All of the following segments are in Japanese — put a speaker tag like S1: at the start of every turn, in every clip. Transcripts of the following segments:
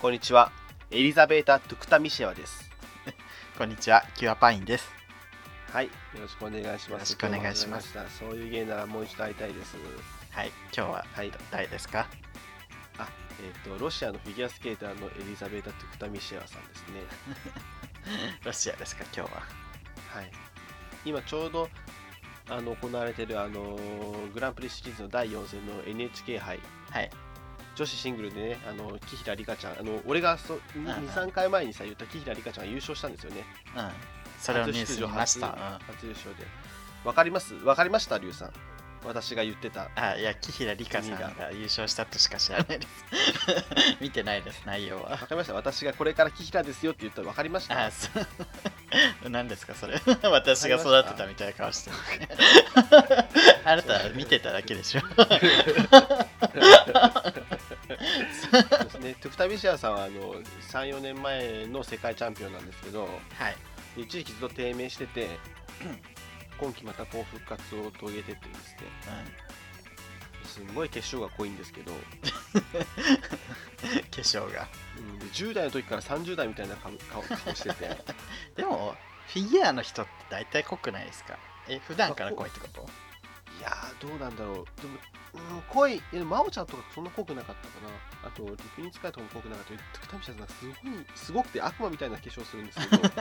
S1: こんにちは。エリザベータ・トゥクタ・ミシェワです。
S2: こんにちは、キュアパインです。
S1: はい、よろしくお願いします。
S2: よろしくお願いします
S1: 今日も始まりました。そういう芸ならもう一度会いたいです。
S2: はい、今日は
S1: はい。
S2: 誰ですか
S1: あ、えっ、と、ロシアのフィギュアスケーターのエリザベータ・トゥクタ・ミシェワさんですね。
S2: ロシアですか、今日は。
S1: はい。今ちょうど、あの、行われている、あのーグランプリシリーズの第4戦の NHK 杯。
S2: はい、
S1: 女子シングルでね、あの紀平梨花ちゃん、あの俺がそ2、
S2: うんうん
S1: 3回前にさ、言った紀平梨花ちゃんが優勝したんですよね。
S2: うん。それをニュース見ました。うん、
S1: 初初優勝で。わかりますわかりました、リュウさん。私が言ってた。
S2: あ、いや、紀平梨花さんが優勝したとしか知らないです。 見てないです、内容は
S1: わ。かりました。私がこれから紀平ですよって言ったらわかりました。
S2: あ、そう。 何ですか、それ。 私が育てたみたいな顔してる。 あなたは見てただけでしょ。
S1: そうですね。トゥクタビシアさんはあの3、4年前の世界チャンピオンなんですけど、
S2: はい。
S1: 一時期ずっと低迷してて、今季またこう復活を遂げてってですね、すんごい決勝が濃いんですけど、
S2: うん、化粧が。
S1: うん、で10代の時から30代みたいな顔顔顔してて。
S2: でも、フィギュアの人って大体濃くないですかえ、普段から濃いってこと
S1: いやーどうなんだろうでも、うん、濃いえ真央ちゃんとかそんな濃くなかったかなあとリプニツカイとかも濃くなかったけど徳田美沙さんなんかすごいすごくて悪魔みたいな化粧するんですけどで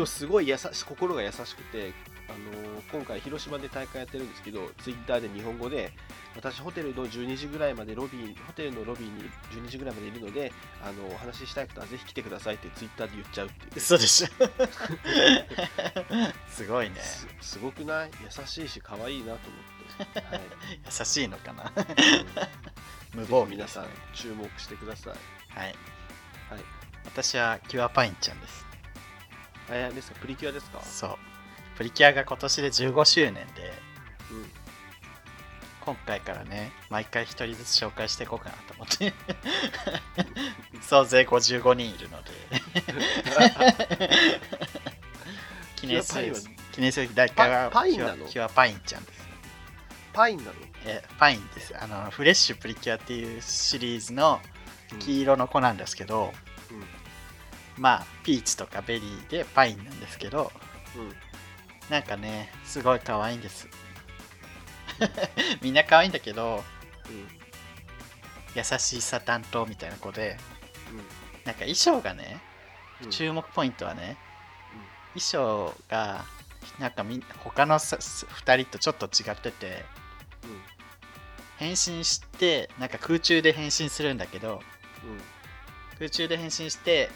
S1: もすごい優し心が優しくて、あのー今回広島で大会やってるんですけどツイッターで日本語で私ホテルの12時ぐらいまでロビーホテルのロビーに12時ぐらいまでいるので、あのーお話ししたい方はぜひ来てくださいってツイッターで言っちゃうっていう。
S2: 嘘でしょすごい ね
S1: すすごくない優しいし可愛いなと思って、はい
S2: 優しいのかな
S1: うん
S2: 無
S1: ぜひ
S2: 防備
S1: 皆
S2: です
S1: さ
S2: ね
S1: ん注目してください。
S2: はい
S1: はい。
S2: 私はキュアパインちゃんです
S1: えー、ですかプリキュアですか？
S2: そうプリキュアが今年で15周年で
S1: うん。
S2: 今回からね毎回一人ずつ紹介していこうかなと思って 総勢55人いる ので記念す
S1: キュ
S2: べ
S1: アパイン
S2: き
S1: は
S2: 記念すべき第1回
S1: パ
S2: は
S1: パインなの
S2: キュアキュアパインちゃんです
S1: パインなの？
S2: えパインですあのフレッシュプリキュアっていうシリーズの黄色の子なんですけど、
S1: うん。
S2: まあピーチとかベリーでパインなんですけど
S1: うん。
S2: なんかねすごい可愛いんです みんな可愛いんだけど優しさ担当みたいな子でなんか衣装がね
S1: うん。
S2: 注目ポイントはね、衣装がなんかみん他の2人とちょっと違ってて
S1: うん。うん。
S2: 変身してなんか空中で変身するんだけど空中で変身して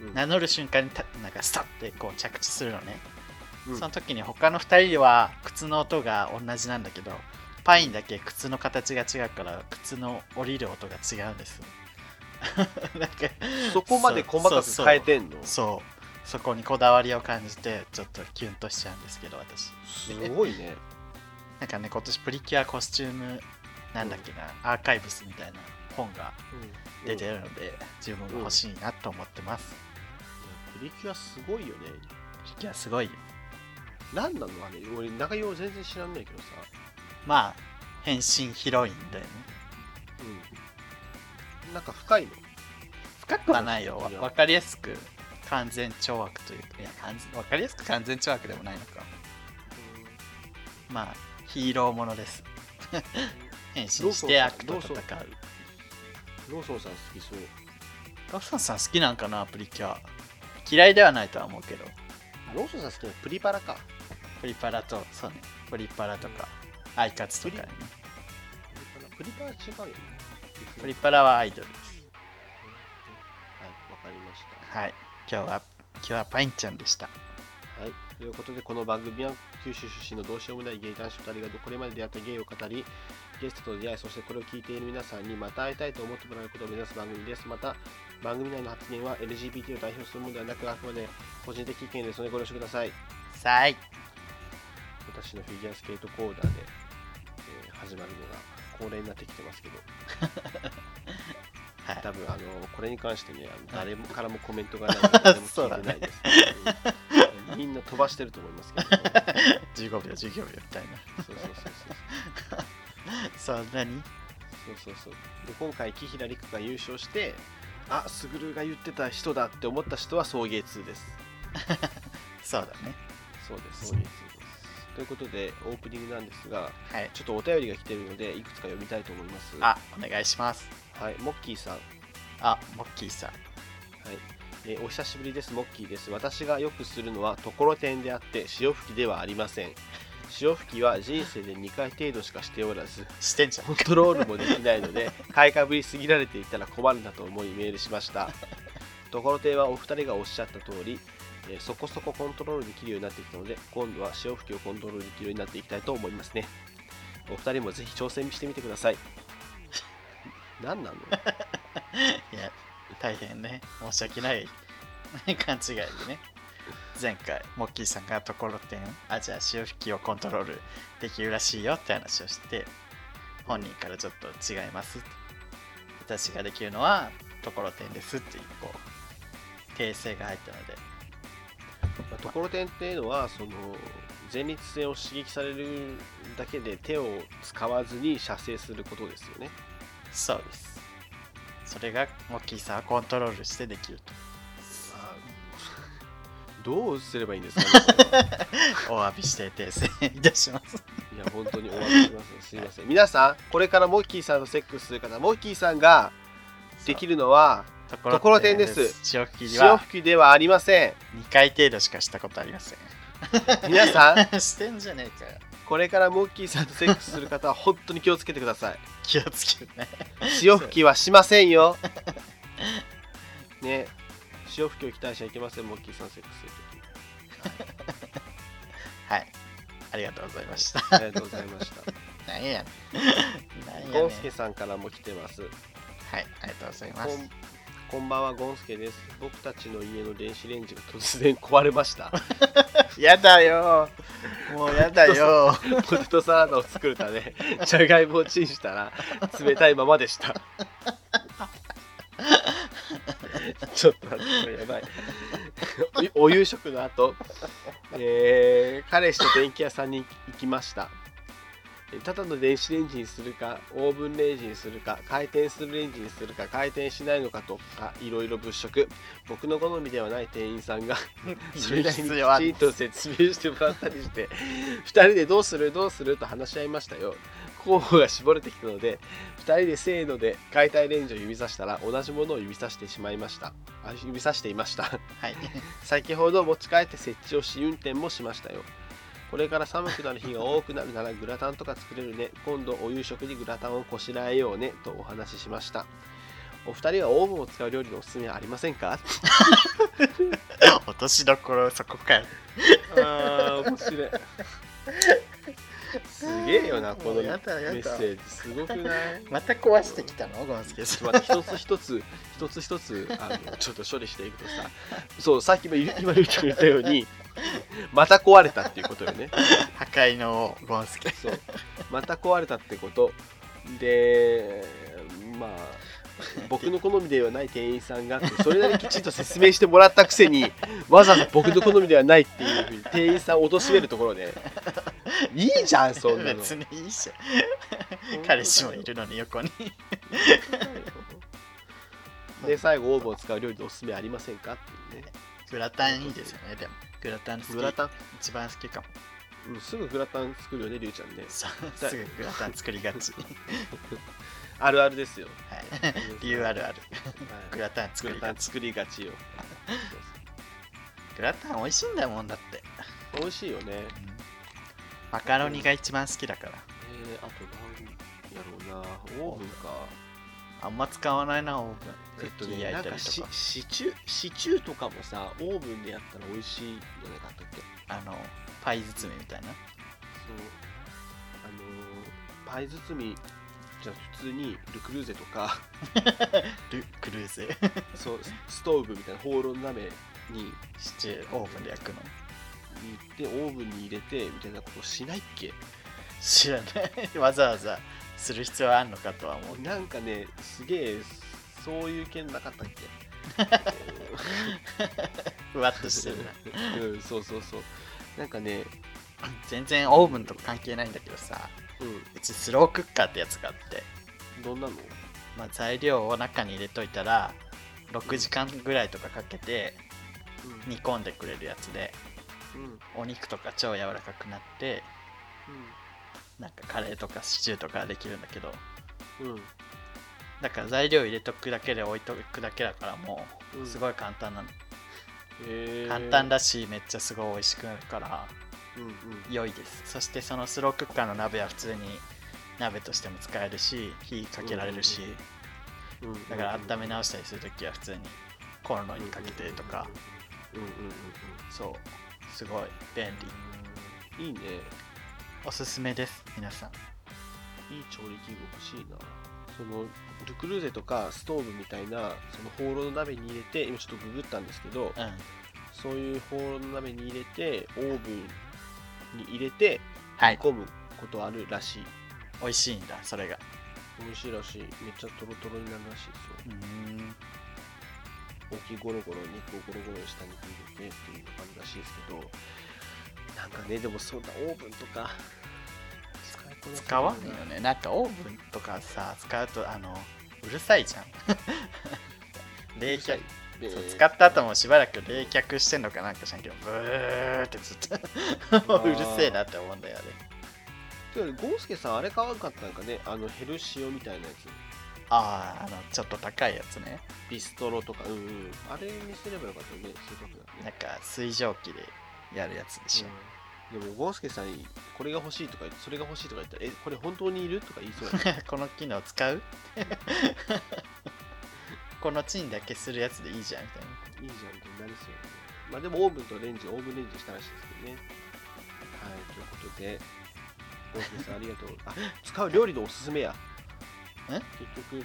S1: うん。うん。
S2: 名乗る瞬間にたなんかスタッてこう着地するのね、
S1: うん
S2: その時に他の2人は靴の音が同じなんだけどパインだけ靴の形が違うから靴の降りる音が違うんです なんか
S1: そこまで細かく変えてんの？
S2: そうそこにこだわりを感じてちょっとキュンとしちゃうんですけど私
S1: すごいね。
S2: なんかね今年プリキュアコスチュームなんだっけな、アーカイブスみたいな本が
S1: うん
S2: 出て
S1: いや
S2: るので、自分も欲しいなと思ってます、
S1: プリキュアすごいよね。
S2: プリキュアすごいよ
S1: なんなのあれ？俺中容全然知らんないけどさ。
S2: まあ変身ヒロインだよね
S1: うん。なんか深いの？
S2: 深くはないよわ
S1: いや
S2: 分かりやすく完全懲悪というかいや完全分かりやすく完全懲悪でもないのかまあヒーローものです変身して悪と戦
S1: ローソ
S2: う
S1: ンさんローソンさん好きそう。
S2: ローソンさん好きなんかなプリキュア嫌いではないとは思うけど
S1: ローソンさん好きなのプリパラか。
S2: プリパラとそうねプリパラとかアイカツとかね
S1: プリパラ違うよね。
S2: プリパラはアイドルです
S1: はい、わかりました。
S2: はい今日は今日はパインちゃんでした
S1: はい、ということでこの番組は九州出身のどうしようもないゲイ男子2人がこれまで出会ったゲイを語りゲストと出会いそしてこれを聞いている皆さんにまた会いたいと思ってもらうことを目指す番組ですまた番組内の発言は LGBT を代表するものではなくあくまで個人的意見ですのでご了承ください
S2: さい
S1: 私のフィギュアスケートコーナーで、えー始まるのが恒例になってきてますけど
S2: はい
S1: 多分あのこれに関してねあの
S2: は
S1: 誰もからもコメントがないので誰も聞いてないです、うんみんな飛ばしてると思いますけど
S2: 15秒15秒みたいな
S1: そうそうそうそう
S2: そんなに
S1: そうそうそうで今回紀平陸が優勝してあスグルが言ってた人だって思った人は送迎2です
S2: そうだね
S1: そうです送迎2ですということでオープニングなんですが
S2: はい
S1: ちょっとお便りが来てるのでいくつか読みたいと思います
S2: あお願いします
S1: はいモッキーさん
S2: あモッキーさん
S1: はい、えーお久しぶりですモッキーです私がよくするのはところてんであって潮吹きではありません潮吹きは人生で2回程度しかしておらず
S2: してんじゃん
S1: コントロールもできないので買いかぶりすぎられていたら困るなと思いメールしましたところてんはお二人がおっしゃった通りえーそこそこコントロールできるようになってきたので今度は潮吹きをコントロールできるようになっていきたいと思いますねお二人もぜひ挑戦してみてください 何なの
S2: いや大変ね申し訳ない 勘違いでね前回モッキーさんがところてんあじゃあ潮吹きをコントロールできるらしいよって話をして本人からちょっと違いますって私ができるのはところてんですっていうこう訂正が入ったので
S1: まあところてんっていうのはその前立腺を刺激されるだけで手を使わずに射精することですよね
S2: そうですそれがモッキーさんはコントロールしてできると
S1: どうすればいいんですかねこれは
S2: お詫びして訂正いたします
S1: いや本当にお詫びしますすいません皆さんこれからモッキーさんとセックスする方モッキーさんができるのは
S2: と
S1: ところてんです
S2: 潮吹き
S1: 潮
S2: は
S1: 吹きではありません
S2: 2回程度しかしたことありません
S1: 皆さん
S2: してんじゃねえかよ
S1: これからモッキーさんとセックスする方は本当に気をつけてください
S2: 気をつけるね
S1: 潮吹きはしませんよね潮吹きを期待しちゃいけませんモッキーさんセックスする時
S2: はい ありがとうございました
S1: ありがとうございました。
S2: 何やねん何やねん
S1: ゴ
S2: は
S1: ンスケさんからも来てます。
S2: いありがとうござい
S1: こ
S2: ま
S1: ん
S2: す
S1: こんばんは、ゴンスケです。僕たちの家の電子レンジが突然壊れました。
S2: やだよもうやだよ
S1: ポテトサラダを作るため、じゃがいもをチンしたら冷たいままでした。ちょっと待って、これやばい。おお夕食の後、えー彼氏と電気屋さんに行きました。えただの電子レンジにするか、オーブンレンジにするか、回転するレンジにするか、回転しないのかとか、いろいろ物色。僕の好みではない店員さんが、それなりにき
S2: 必要あ
S1: ち
S2: る
S1: んと説明してもらったりして、2人でどうするどうすると話し合いましたよ。候補が絞れてきたので、2人でせーので解体レンジを指さしたら、同じものを指さしてしまいました。あ指さしていました。
S2: はい
S1: 先ほど持ち帰って設置をし運転もしましたよこれから寒くなる日が多くなるならグラタンとか作れるね今度お夕食にグラタンをこしらえようねとお話ししましたお二人はオーブンを使う料理のおすすめはありませんか
S2: 落としどころそこかよ
S1: あー面白いすげえよなこのメ
S2: や
S1: ッ
S2: だやだ
S1: セージすごくない
S2: また壊してきたのゴンスケ
S1: ち
S2: さ
S1: ょ
S2: ん
S1: っと待って一つ一つ一つ一つあ のちょっと処理していくとさそうさっきも言う今言ってくれたようにまた壊れたっていうことよね
S2: 破壊の王ゴンスケ
S1: そうまた壊れたってことでまあ僕の好みではない店員さんがってそれなりにきちんと説明してもらったくせ にわざわざ僕の好みではないっていうふうに店員さんを貶めるところでいいじゃんそんなの
S2: 別にいいじゃん彼氏もいるのに横に
S1: で最後オーブンを使う料理でおすすめありませんかっていうね
S2: グラタンいいですよねでもグラタン好き
S1: グラタン、
S2: 一番好きかも
S1: うん、すぐグラタン作るよねりゅうちゃんね
S2: そうすぐグラタン作りがち、は
S1: あるあるですよ
S2: い、 理由あるある
S1: はい
S2: グラタン作
S1: グ
S2: り
S1: ラタ
S2: が
S1: ン
S2: ち
S1: 作りが ちよ
S2: グラタン美味しいんだもんだって
S1: 美味しいよね
S2: マカロニが一番好きだから。
S1: えー、あと何やろうなオーブンか
S2: あんま使わないな、オーブン。
S1: え
S2: ク
S1: っ
S2: ッ
S1: と
S2: キー
S1: ね
S2: 焼
S1: ないん
S2: たり
S1: か
S2: と
S1: シ
S2: か。
S1: シチューシチューとかもさオーブンでやったら美味しいんじゃないかったっけ
S2: あの、パイ包みみたいな。
S1: そうあのー、パイ包みじゃ普通にルクルーゼとか
S2: ルクルーゼ。
S1: そうスストーブみたいなホーロー鍋に
S2: シチュー、オーブンで焼くの。
S1: 行ってオーブンに入れてみたいなことしないっけ
S2: 知らない。 わざわざする必要あんのかとは思う。
S1: なんかねすげえそういう件なか ったっけ
S2: ふわっ としてるな。
S1: うんそうそうそうなんかね
S2: 全然オーブンとか関係ないんだけどさ、
S1: う
S2: うちスロークッカーってやつがあって、
S1: んどんなの
S2: まあ、材料を中に入れといたら、 6時間ぐらいとかかけて
S1: う
S2: 煮込んでくれるやつで
S1: んうん
S2: お肉とか超柔らかくなってなんかカレーとかシチューとかできるんだけど
S1: うんうん
S2: だから材料入れとくだけで置いとくだけだからも
S1: う
S2: うんすごい簡単なの、
S1: へー
S2: 簡単だしめっちゃすごい美味しくなるから
S1: うんうん
S2: 良いですそしてそのスロークッカーの鍋は普通に鍋としても使えるし火かけられるし、
S1: うんうん
S2: だから温め直したりするときは普通にコンロにかけてとか、
S1: うんうんうん
S2: そうすごい便
S1: う
S2: 利
S1: んいいね
S2: おすすめです皆さん
S1: いい調理器具欲しいなそのルクルーゼとかストーブみたいなそのホーローの鍋に入れて今ちょっとググったんですけど
S2: うん
S1: そういうホーローの鍋に入れてオーブンに入れて
S2: は
S1: 煮
S2: い
S1: 込むことあるらしい、
S2: 美味しいんだそれが
S1: 美味しいらしいめっちゃトロトロになるらしいですよ
S2: うーん
S1: 大きいゴロゴロ肉をゴロゴロした肉入れてっていう感じらしいですけどなんかねでもそんなオーブンとか使いこなせ
S2: 使わんよねなんかオーブンとかさ使うとあのうるさいじゃん冷却そう使った後もしばらく冷却してんのかなんかしないけどブーってずっと もううるせえなって思うんだよね
S1: というよりゴースケさんあれ買わんかったんかねあのヘルシオみたいなやつ
S2: あああのちょっと高いやつね
S1: ビストロとかうんうんあれにすればよかったよねせっかくだ
S2: な
S1: ね
S2: んか水蒸気でやるやつでしょ、
S1: うんでもゴースケさんこれが欲しいとか言ってそれが欲しいとか言ったらえこれ本当にいるとか言いそうだね
S2: この機能使う このチンだけするやつでいいじゃんみたいない
S1: いじゃんってなりそうだねまあでもオーブンとレンジオーブンレンジしたらしいですけどねはいということでゴースケさんありがとうあ使う料理のおすすめや
S2: え
S1: 結局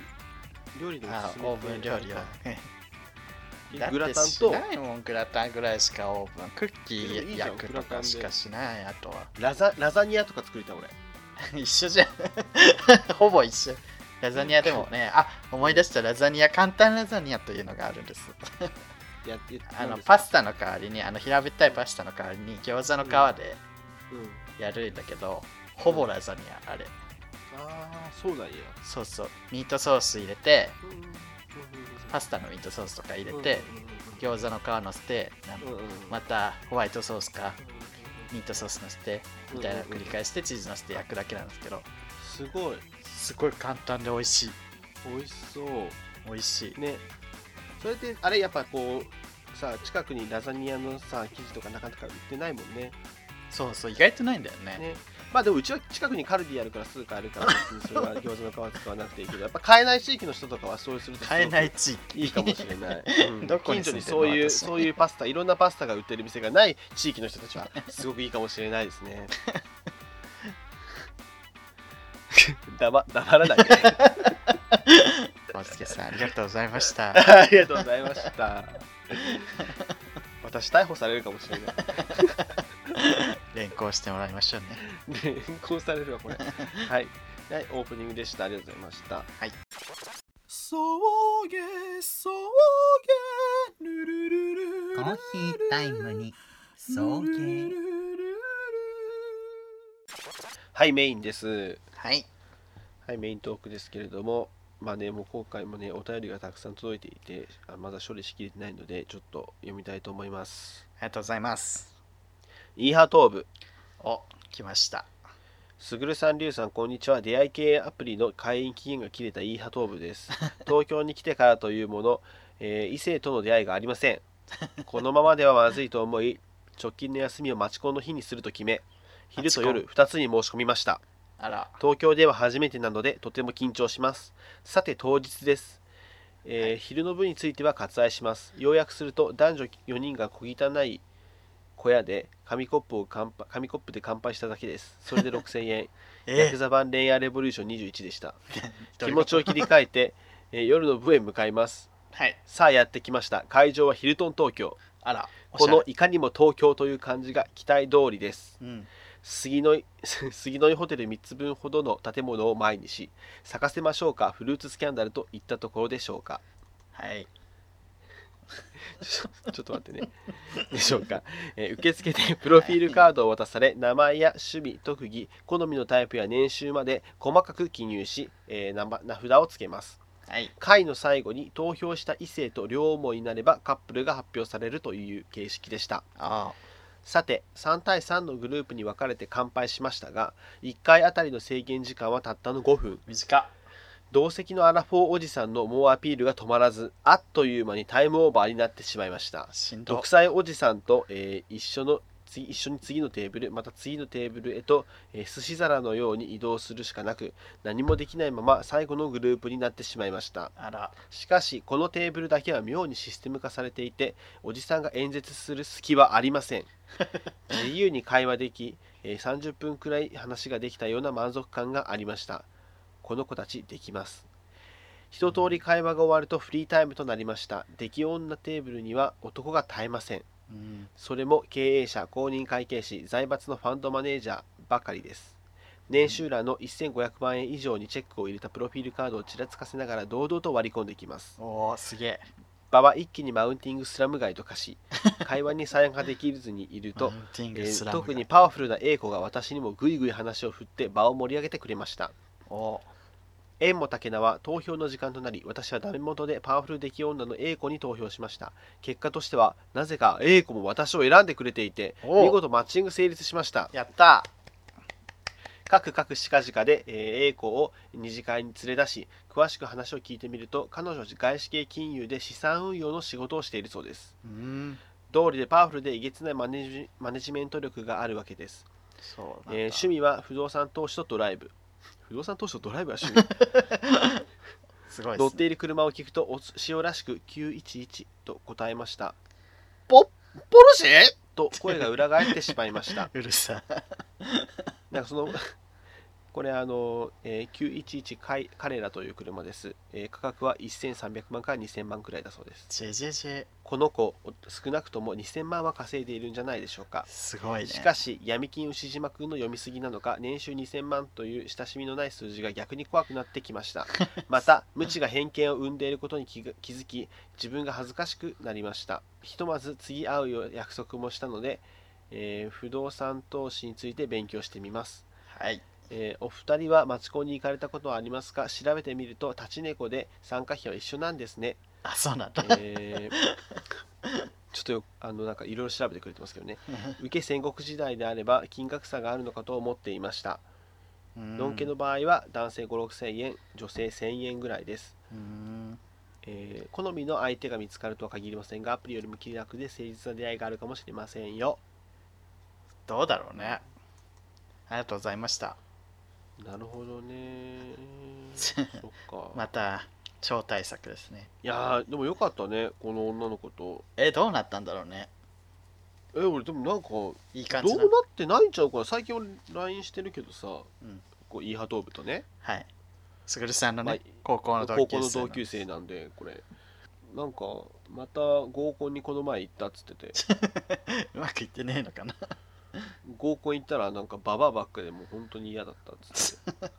S1: 料理のお
S2: あ
S1: すすめって
S2: オーブン料理は
S1: グラタン
S2: だ
S1: と
S2: ってしないもんグラタンぐらいしかオーブンクッキ
S1: でもい
S2: ー
S1: いじゃん
S2: 焼くとかし
S1: グ
S2: か
S1: ラ
S2: しないあとは
S1: ラザラザニアとか作りたい俺
S2: 一緒じゃんほぼ一緒ラザニアでもねあ思い出したラザニア簡単ラザニアというのがあるん です
S1: やって
S2: あの
S1: 何ですか
S2: パスタの代わりにあの平べったいパスタの代わりに餃子の皮で
S1: うん
S2: やるんだけど、ほぼラザニアあれ
S1: ああそうなんや
S2: そうそうミートソース入れてパ
S1: ス
S2: スタのミートソースとか入れて、
S1: 日
S2: 餃子の皮のせてなんまたホワイトソースかミートソースのせてみたいなのを繰り返してチーズのせて焼くだけなんですけど
S1: すごい
S2: すごい簡単で美味しい
S1: 美味しそう
S2: 美味しい
S1: ねそれってあれやっぱこうさ近くにラザニアのさ生地とかなかなか売ってないもんね
S2: そうそう意外とないんだよね
S1: ねまあでもうちは近くにカルディあるからすぐ買えるから別にそれは餃子の皮使わなくていいけどやっぱ買えない地域の人とかはそうするとすごく
S2: 買えない地域
S1: いいかもしれない、うん
S2: どこ
S1: 近所に
S2: に住んでんの
S1: そういう
S2: 私
S1: そういうパスタいろんなパスタが売ってる店がない地域の人たちはすごくいいかもしれないです ね黙黙らないね
S2: 大輔さんありがとうございました
S1: ありがとうございました私逮捕されるかもしれない
S2: 連行してもらいましょうね
S1: 連行されるわこれはい、はい、オープニングでしたありがとうございました
S2: はい
S1: 送迎送迎ルルルルル
S3: コーヒータイムに送迎
S1: はいメインです
S2: はい
S1: はいメイントークですけれどもまあねもう今回もねお便りがたくさん届いていてあまだ処理しきれてないのでちょっと読みたいと思います
S2: ありがとうございます
S1: イーハトーブ
S2: お来ました
S1: すぐるさん、りゅうさん、こんにちは。出会い系アプリの会員期限が切れたイーハトーブです。東京に来てからというもの、えー異性との出会いがありません。このままではまずいと思い、直近の休みを待ちコンの日にすると決め、昼と夜2つに申し込みました。
S2: あら
S1: 東京では初めてなので、とても緊張します。さて、当日です。えー昼の部については割愛します。要約すると、男女4人が小汚い小屋で紙コップを乾杯紙コップで乾杯しただけです。それで6000円。 ヤクザ版恋愛レボリューション21でした。
S2: ど
S1: 気
S2: ういうこ
S1: 持
S2: と
S1: ちを切り替えて、えー夜の部へ向かいます。
S2: はい
S1: さあやってきました。会場はヒルトン東京。
S2: あらおしゃ
S1: こ
S2: れ
S1: のいかにも東京という漢字が期待通りです。
S2: うん
S1: 杉の井 杉の井ホテル3つ分ほどの建物を前にし、咲かせましょうか、フルーツスキャンダルといったところでしょうか。
S2: はい
S1: ちょちょっと待ってね。 でしょうか。えー受付で プロフィールカードを渡され、名前や趣味、特技、好みのタイプや年収まで細かく記入し、えー名ば名札をつけます。
S2: はい。
S1: 会の最後に投票した異性と両思いになればカップルが発表されるという形式でした
S2: あ
S1: さて3対3のグループに分かれて乾杯しましたが1回あたりの制限時間はたったの5分
S2: あ、短っ。
S1: 同席のアラフォーおじさんの猛アピールが止まらずあっという間にタイムオーバーになってしまいました
S2: しんど
S1: 独。裁おじさんと、えー一緒の次一緒に次のテーブルまた次のテーブルへと、えー寿司皿のように移動するしかなく何もできないまま最後のグループになってしまいました
S2: あら、
S1: しかしこのテーブルだけは妙にシステム化されていておじさんが演説する隙はありません自由に会話でき、えー30分くらい話ができたような満足感がありましたこの子たちできます一通り会話が終わるとフリータイムとなりました出来女テーブルには男が絶えません
S2: うん。
S1: それも経営者、公認会計士、財閥のファンドマネージャーばかりです。年収欄の1500万円以上にチェックを入れたプロフィールカードをちらつかせながら堂々と割り込んできます。
S2: おお、すげえ。
S1: 場は一気にマウンティングスラム街と化 し、会話に参加できずにいると
S2: マウ、ンティン
S1: え
S2: グ
S1: ー
S2: スラム
S1: 特にパワフルな A 子が私にもぐいぐい話を振って場を盛り上げてくれました。
S2: おー
S1: 縁も竹名は投票の時間となり私はダメ元でパワフル出来女の A 子に投票しました結果としてはなぜか A 子も私を選んでくれていて
S2: おう
S1: 見事マッチング成立しました
S2: やった
S1: 各各しかじかで、えー A 子を二次会に連れ出し詳しく話を聞いてみると彼女は外資系金融で資産運用の仕事をしているそうです
S2: うん。
S1: 道理でパワフルでえげつないマネジマネジメント力があるわけです
S2: そうなんだ。
S1: えー趣味は不動産投資とドライブ不動産投資とドライブは趣味
S2: すごい
S1: 乗
S2: で
S1: っ
S2: す、
S1: て
S2: ね。
S1: いる車を聞くとお塩らしく911と答えましたポポルシェと声が裏返ってしまいま した
S2: うるさい。
S1: なんかそのこれあの、えー911カイカレラという車です、えー価格は1300万から2000万くらいだそうです
S2: ジェジェジェ。
S1: この子お少なくとも2000万は稼いでいるんじゃないでしょうか
S2: すごいね。
S1: しかし闇金牛島君の読みすぎなのか年収2000万という親しみのない数字が逆に怖くなってきました また無知が偏見を生んでいることに気が気づき自分が恥ずかしくなりましたひとまず次会うよ約束もしたので、えー不動産投資について勉強してみます、
S2: はい。
S1: えーお二人は町コンに行かれたことはありますか調べてみると立ち猫で参加費は一緒なんですね、
S2: あ、そうなんだ。
S1: えー ちょっとよあのなんかいろいろ調べてくれてますけどね受け戦国時代であれば金額差があるのかと思っていました、
S2: の
S1: のんけの場合は男性5 6千円女性1000円ぐらいです、
S2: うん
S1: えー好みの相手が見つかるとは限りませんがアプリよりも気楽で誠実な出会いがあるかもしれませんよ
S2: どうだろうね。ありがとうございました。
S1: なるほどね そっか、
S2: また、超大作ですね。
S1: いやーでもよかったねこの女の子と
S2: え、どうなったんだろうね。
S1: え俺でもなんかど
S2: いいう
S1: な
S2: 感じなの
S1: ってないんちゃうかな最近俺 LINE してるけどさ、
S2: うん
S1: こうイーハトーブとね
S2: はい。すぐるさんのね、
S1: はい
S2: 高校の同
S1: 高
S2: 級
S1: 校の
S2: 生の
S1: 同級生なんでこれなんかまた合コンにこの前行ったっつって て
S2: うまくいってねえのかな。
S1: 合コン行ったらなんかババアばっかでもう本当に嫌だったっつって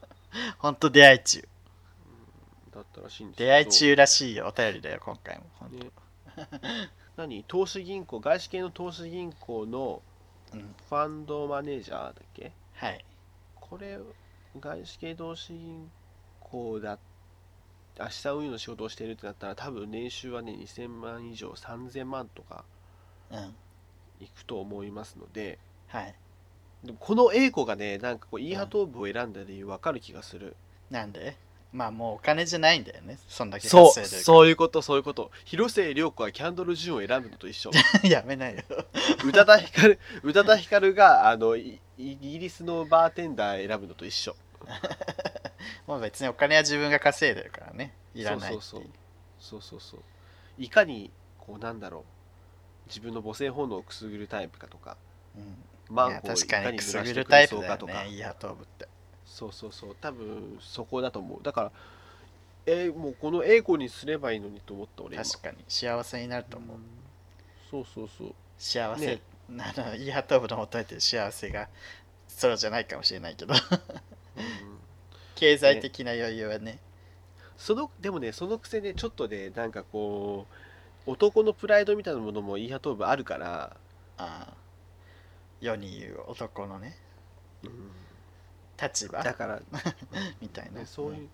S2: ほんと出会い中。
S1: だったらしいんですけど
S2: 出会い中らしいよ。お便りだよ、今回も。ほんと
S1: ね 何投資銀行外資系の投資銀行の
S2: うん
S1: ファンドマネージャーだっけ
S2: はい。
S1: これ外資系投資銀行だ明日運用の仕事をしているってなったら多分年収はね2000万以上3000万とか
S2: うん。
S1: いくと思いますので
S2: はい。
S1: でもこの A 子がねなんかこうイーハトーブを選んだ理由わかる気がする、
S2: なんでまあもうお金じゃないんだよね。そんだけ
S1: そう
S2: 稼いでる
S1: そういうことそういうこと広末涼子はキャンドル・ジュンを選ぶのと 一緒
S2: う。 やめないよ。
S1: 宇多田ヒカル宇多田ヒカルがあのイイギリスのバーテンダー選ぶのと一緒
S2: もう別にお金は自分が稼いでるからね。いらないっていう。
S1: そうそうそうそうそういかにこうなんだろう自分の母性本能をくすぐるタイプかとか
S2: うん
S1: マ
S2: いや
S1: ンコをい
S2: 確
S1: か
S2: か
S1: に
S2: にく
S1: 濡
S2: す
S1: ら
S2: ぐ
S1: して
S2: る
S1: く
S2: タ
S1: れ
S2: イ
S1: そ
S2: プ
S1: う
S2: だ
S1: か
S2: よ
S1: とか
S2: ね、イヤトーブって。
S1: そうそうそう多分そこだと思うだからえーもうこの A 子にすればいいのにと思った俺今
S2: 確かに幸せになると思う。
S1: んそうそうそう
S2: 幸せ、
S1: ね
S2: あのイヤトーブのもとにて幸せがそうじゃないかもしれないけど、 経済的な余裕はね、
S1: そのでもねそのくせねちょっとねなんかこう男のプライドみたいなものもイーハトーブあるから、
S2: ああ世に言う男のね、
S1: うん
S2: 立場
S1: だから、
S2: みたいな。
S1: ね、そういう、
S2: ん
S1: ね、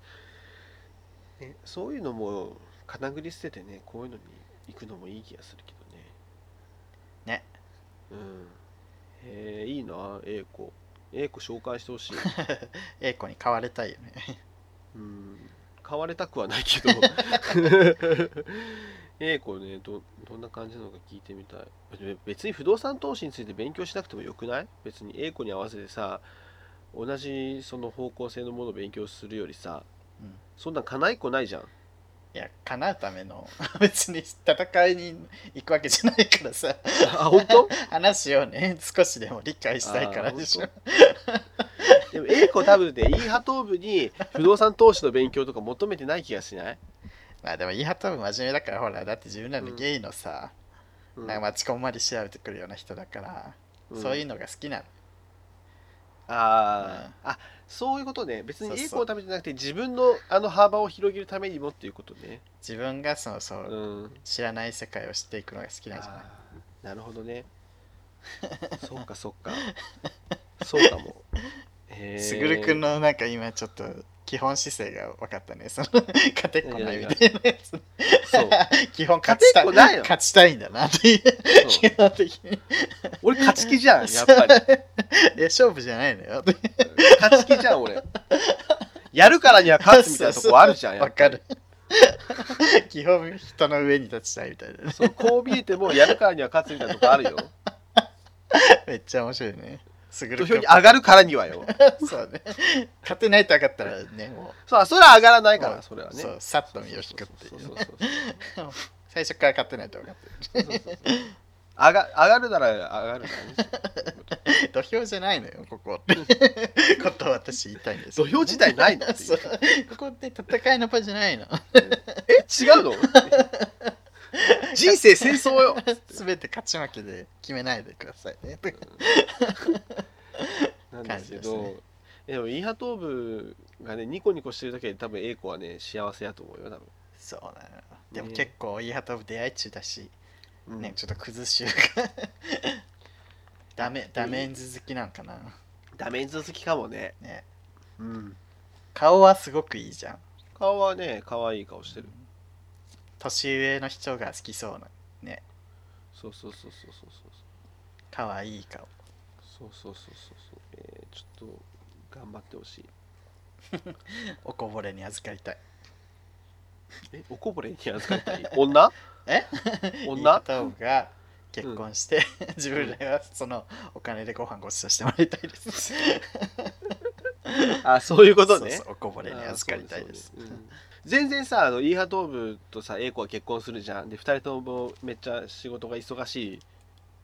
S1: ね、そういうのも金繰り捨ててねこういうのに行くのもいい気がするけどね
S2: ね
S1: うんえー、いいな英子英子紹介してほしい
S2: A 子に買われたいよね
S1: うん買われたくはないけど 英子ねどどんな感じなのか聞いてみたいべ別に不動産投資について勉強しなくてもよくない別に英子に合わせてさ同じその方向性のものを勉強するよりさ、
S2: うん
S1: そんなん叶いっこない じゃん
S2: いや叶うための 別に戦いに行くわけじゃないからさ
S1: あ本 当
S2: 話をね少しでも理解したいからでしょ
S1: あー でも A 子多分ね E 派頭部に不動産投資の勉強とか求めてない気がしない、
S2: まあでもイハトム真面目だからほらだって自分ら
S1: う
S2: の
S1: ん
S2: ゲイのさ、
S1: うん
S2: なんか待ちこんまり調べてくるような人だから、
S1: ん
S2: そういうのが好きなの
S1: あー、あそういうことね別に A 子のためじゃなくて自分のあの幅を広げるためにもっていうことね
S2: 自分がそのそう、
S1: うん
S2: 知らない世界を知っていくのが好きなんじゃない
S1: あーなるほど ねそうかそうかそうかもへー
S2: すぐるくんのなんか今ちょっと基本姿勢が分かったね。その勝てっこないみたいなやつ。
S1: そう
S2: 基本勝ちた
S1: 勝てっ
S2: い
S1: こないの
S2: 勝ちたいんだなっていう。
S1: そう
S2: 基 本的に。
S1: 俺勝ち気じゃんやっぱり
S2: り。いや勝負じゃないのよ。
S1: 勝ち気じゃん俺やるからには勝つみたいなとこあるじゃんやっぱ
S2: わかる。基本人の上に立ちたいみたいなね。
S1: そうこう見えてもやるからには勝つみたいなとこあ るよ。
S2: めっちゃ 面白いね。すぐ
S1: 土
S2: る
S1: 俵
S2: く
S1: に
S2: ん。
S1: 上がるからにはよ。
S2: そうね。勝てないと分かったらね、も
S1: そうあそれは上がらないか
S2: う
S1: ら、それは
S2: う、
S1: ね。
S2: そうさっと身を引くってい
S1: そうう
S2: ね
S1: そうそうそう
S2: 最初から勝てないと分かっ
S1: そうそうそうそう上が上がるなら上がるからね。
S2: た。土俵じゃないのよ、こ こって。ことを私言いたいんです
S1: 土
S2: よ。
S1: 俵自体ないのってい
S2: そうう。ここって戦いの場じゃないの。
S1: え違うの人生戦争よ。
S2: すべて勝ち負けで決めないでくださいね。
S1: なんですけ
S2: 感じ
S1: ど。
S2: です
S1: でもイーハトーブがねニコニコしてるだけで多分 A 子はね幸せやと思うよ多分、
S2: そうなのよ。でも結構、イーハトブ出会い中だし、
S1: うん
S2: ね、ちょっと崩しようか。 ダメ、ダメンズ好きなんかな。
S1: ダメージ続きかもね、
S2: ね、
S1: うん、
S2: 顔はすごくいいじゃん。
S1: 顔はね可愛い顔してる
S2: 年上の人が好きそうな、
S1: そうそうそうそうそうそう
S2: 可愛い顔。
S1: そうそうそうそうそう、えー、ちょっと頑張ってほしい
S2: おこぼれに預かりたい。
S1: えおこぼれに預かりたい女
S2: えイーハ
S1: 女
S2: トブが結婚して、自分らはそのお金でご飯ごちそうしてもらいたい です。
S1: あそういうことね
S2: そうそうおこぼれに預かりたいです。
S1: あーそうねそうねうん全然さあのイーハトーブとさ英子は結婚するじゃんで2人ともめっちゃ仕事が忙しい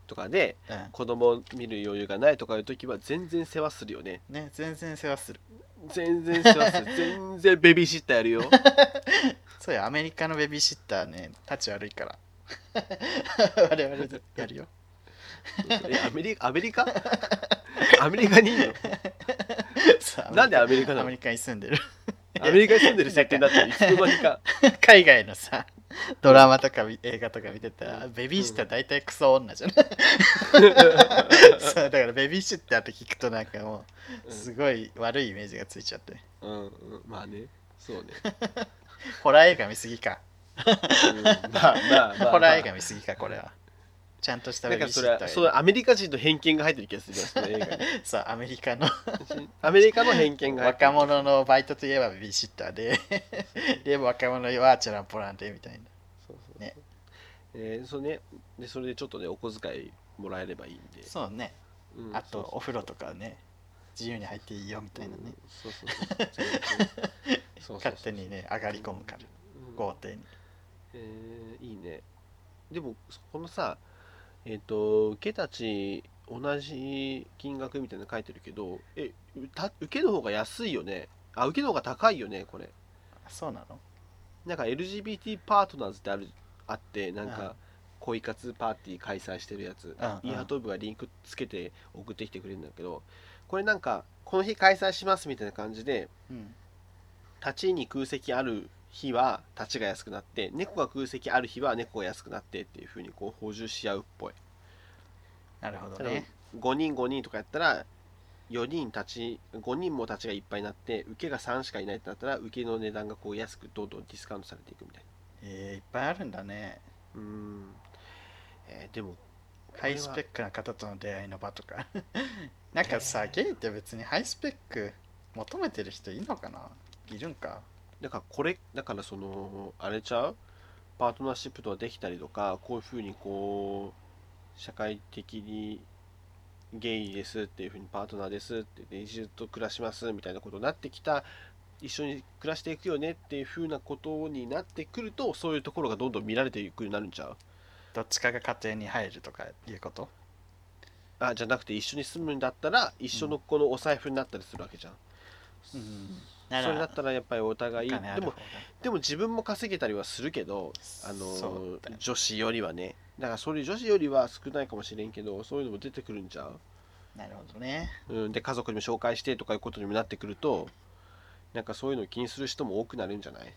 S1: とかで
S2: うん
S1: 子供見る余裕がないとかいう時は全然世話するよね
S2: ね、全然世話する。
S1: 全然世話する 全然ベビーシッターやるよ
S2: そうや、アメリカのベビーシッターね、立ち悪いから。 我々でやるよ。
S1: えアメリアメリカアメリカにいる
S2: そう
S1: のなんでアメリカな
S2: ア
S1: の
S2: メリカに住んでる。
S1: アメリカに住んでる設定になってるいつの間にか
S2: 海外のさ、ドラマとかみ映画とか見てたら、ベビーシッター大体クソ女じゃない、 そうだからベビーシッターって聞くとなんかもう、すごい悪いイメージがついちゃって。
S1: うん、うん、まあねそうね、
S2: ホラー映画見すぎか。
S1: うん、まあまあまあ、
S2: ホラー映画見すぎか、これは。ちゃんとした
S1: な
S2: ベ
S1: ん
S2: ビ
S1: かそ
S2: ーシッ
S1: れ
S2: タ
S1: は
S2: ーがいる
S1: そのアメリカ人の偏見が入ってる気がするじゃんその映画に
S2: そう、アメリカの
S1: アメリカの偏見が入ってる
S2: 若者のバイトといえばベビーシッター ででも若者はチャランポランでみたいな
S1: そうそう
S2: ね
S1: えーそうねでそれでちょっとねお小遣いもらえればいいんで、
S2: そうね
S1: うん
S2: あとお
S1: そう
S2: 風呂とかね自由に入っていいよみたいなね
S1: そうそう そうそうそうそうそう
S2: 勝手にね上がり込むから
S1: うん
S2: 豪邸に
S1: えーいいねでもそこのさえっ、と受けたち同じ金額みたいなの書いてるけどえうた受けの方が安いよねあ受けの方が高いよねこれ
S2: あそうなの
S1: なんか LGBT パートナーズってあるあってなん
S2: うん
S1: か恋活パーティー開催してるやつ、
S2: うん
S1: イー
S2: う
S1: ハ
S2: ん
S1: トーブがリンクつけて送ってきてくれるんだけどこれなんかこの日開催しますみたいな感じで
S2: うん
S1: 立ちに空席ある日は立ちが安くなって猫が空席ある日は猫が安くなってっていう風にこう補充し合うっぽい
S2: なるほど
S1: だから
S2: ね
S1: 5人5人とかやったら4人たち5人もたちがいっぱいになって受けが3しかいないってなったら受けの値段がこう安くどんどんディスカウントされていくみたい
S2: えーいっぱいあるんだね。
S1: なうーん、えーでも
S2: ハイスペックな方との出会いの場 とか。なんかさ、ゲイって別にハイスペック求めてる人いるのかないるんか。
S1: だからこれだからそのあれちゃうパートナーシップとかできたりとかこういうふうにこう社会的にゲイですっていうふうにパートナーですってで一緒と暮らしますみたいなことになってきた一緒に暮らしていくよねっていうふうなことになってくるとそういうところがどんどん見られていくようになるんちゃう
S2: どっちかが家庭に入るとかいうこと
S1: あじゃなくて一緒に住むんだったら一緒のこのお財布になったりするわけじゃん、
S2: うん。
S1: それだったらやっぱりお互い
S2: お金あ
S1: で
S2: る
S1: も
S2: 方が
S1: でも自分も稼げたりはするけど、あの
S2: そうだよ
S1: 女子よりはねだからそういう女子よりは少ないかもしれんけどそういうのも出てくるんちゃ
S2: なるほどね。
S1: う、うん、で家族にも紹介してとかいうことにもなってくるとなんかそういうのを気にする人も多くなるんじゃない、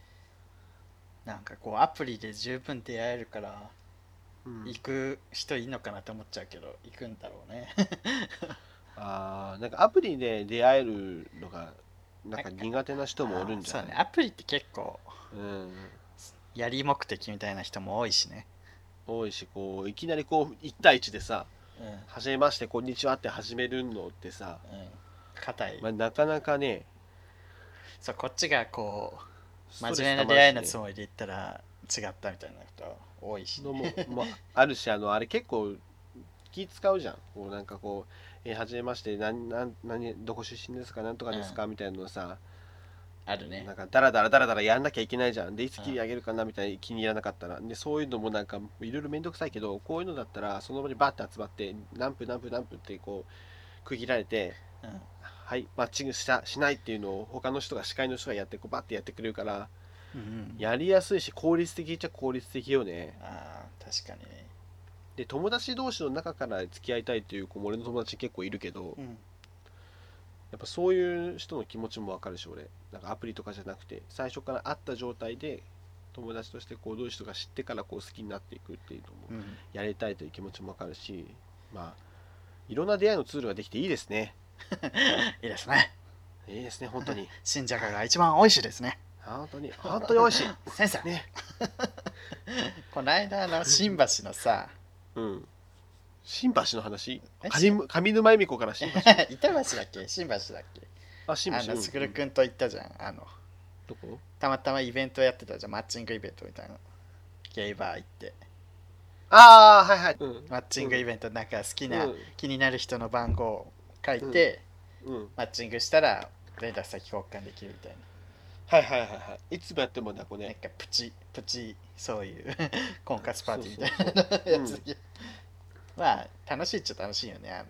S2: なんかこうアプリで十分出会えるから
S1: うん
S2: 行く人いいのかなって思っちゃうけど行くんだろうね。
S1: あーなんかアプリで出会えるのがなんか苦手な人もおるんじゃ
S2: あ
S1: ない
S2: ーそうね。アプリって結構
S1: うん、
S2: やり目的みたいな人も多いしね。
S1: 多いしこういきなりこう1対1でさ
S2: うん。
S1: 「はじめましてこんにちは」って始めるのってさ、
S2: うん。硬い。
S1: まあ、なかなかね
S2: そうこっちがこう
S1: ストレス
S2: 真面目
S1: 溜
S2: な
S1: ま
S2: 出
S1: るしね
S2: 会いのつもりで行ったら違ったみたいなこと多いし、
S1: のも、まあ、あるしあのあれ結構気使うじゃんこうなんかこう「えー、はじめましてなんなん何どこ出身ですかなんとかですか?」みたいなのをさ
S2: あるね
S1: なんかダラダラダラダラやんなきゃいけないじゃんでいつ切り上げるかなみたいに気に入らなかったらでそういうのもなんかいろいろ面倒くさいけどこういうのだったらその場にバーって集まって何分何分何分ってこう区切られて。
S2: うん
S1: はい、マッチングしたしないっていうのを他の人が司会の人がやってこうバッてやってくれるから
S2: うんうん、
S1: やりやすいし効率的っちゃ効率的よね
S2: あー確かにね、
S1: で友達同士の中から付き合いたいという子も俺の友達結構いるけど
S2: ん、
S1: やっぱそういう人の気持ちもわかるし俺なんかアプリとかじゃなくて最初から会った状態で友達としてこうどういう人が知ってからこう好きになっていくっていうのも
S2: うん、
S1: やりたいという気持ちもわかるしまあいろんな出会いのツールができていいですね
S2: いいですね
S1: いいですね本当 に
S2: 新じゃがが一番美味しいですね
S1: 本当に本当に美味しい
S2: 先生
S1: ね
S2: この間あの新橋のさ
S1: うん新橋の話
S2: え
S1: 上上沼恵美子から新橋
S2: 板橋だっけ新橋だっけ
S1: あ新
S2: あ
S1: 橋
S2: の
S1: うん
S2: すぐるくんと行ったじゃんあの
S1: どこ
S2: たまたまイベントやってたじゃんマッチングイベントみたいなゲイバー行って
S1: ああはいはいうん
S2: マッチングイベントなんか好きな、
S1: うん
S2: 気になる人の番号を書いて、
S1: うん
S2: マッチングしたら連絡先交換できるみたい
S1: はいはいはいはい。いつもやってもなこ
S2: な、
S1: ね。
S2: なんかプチプチそ ういう婚活パーティー
S1: そ
S2: み
S1: うそう
S2: たいなやつ
S1: う
S2: まあ楽しいっちゃ楽しいよねあの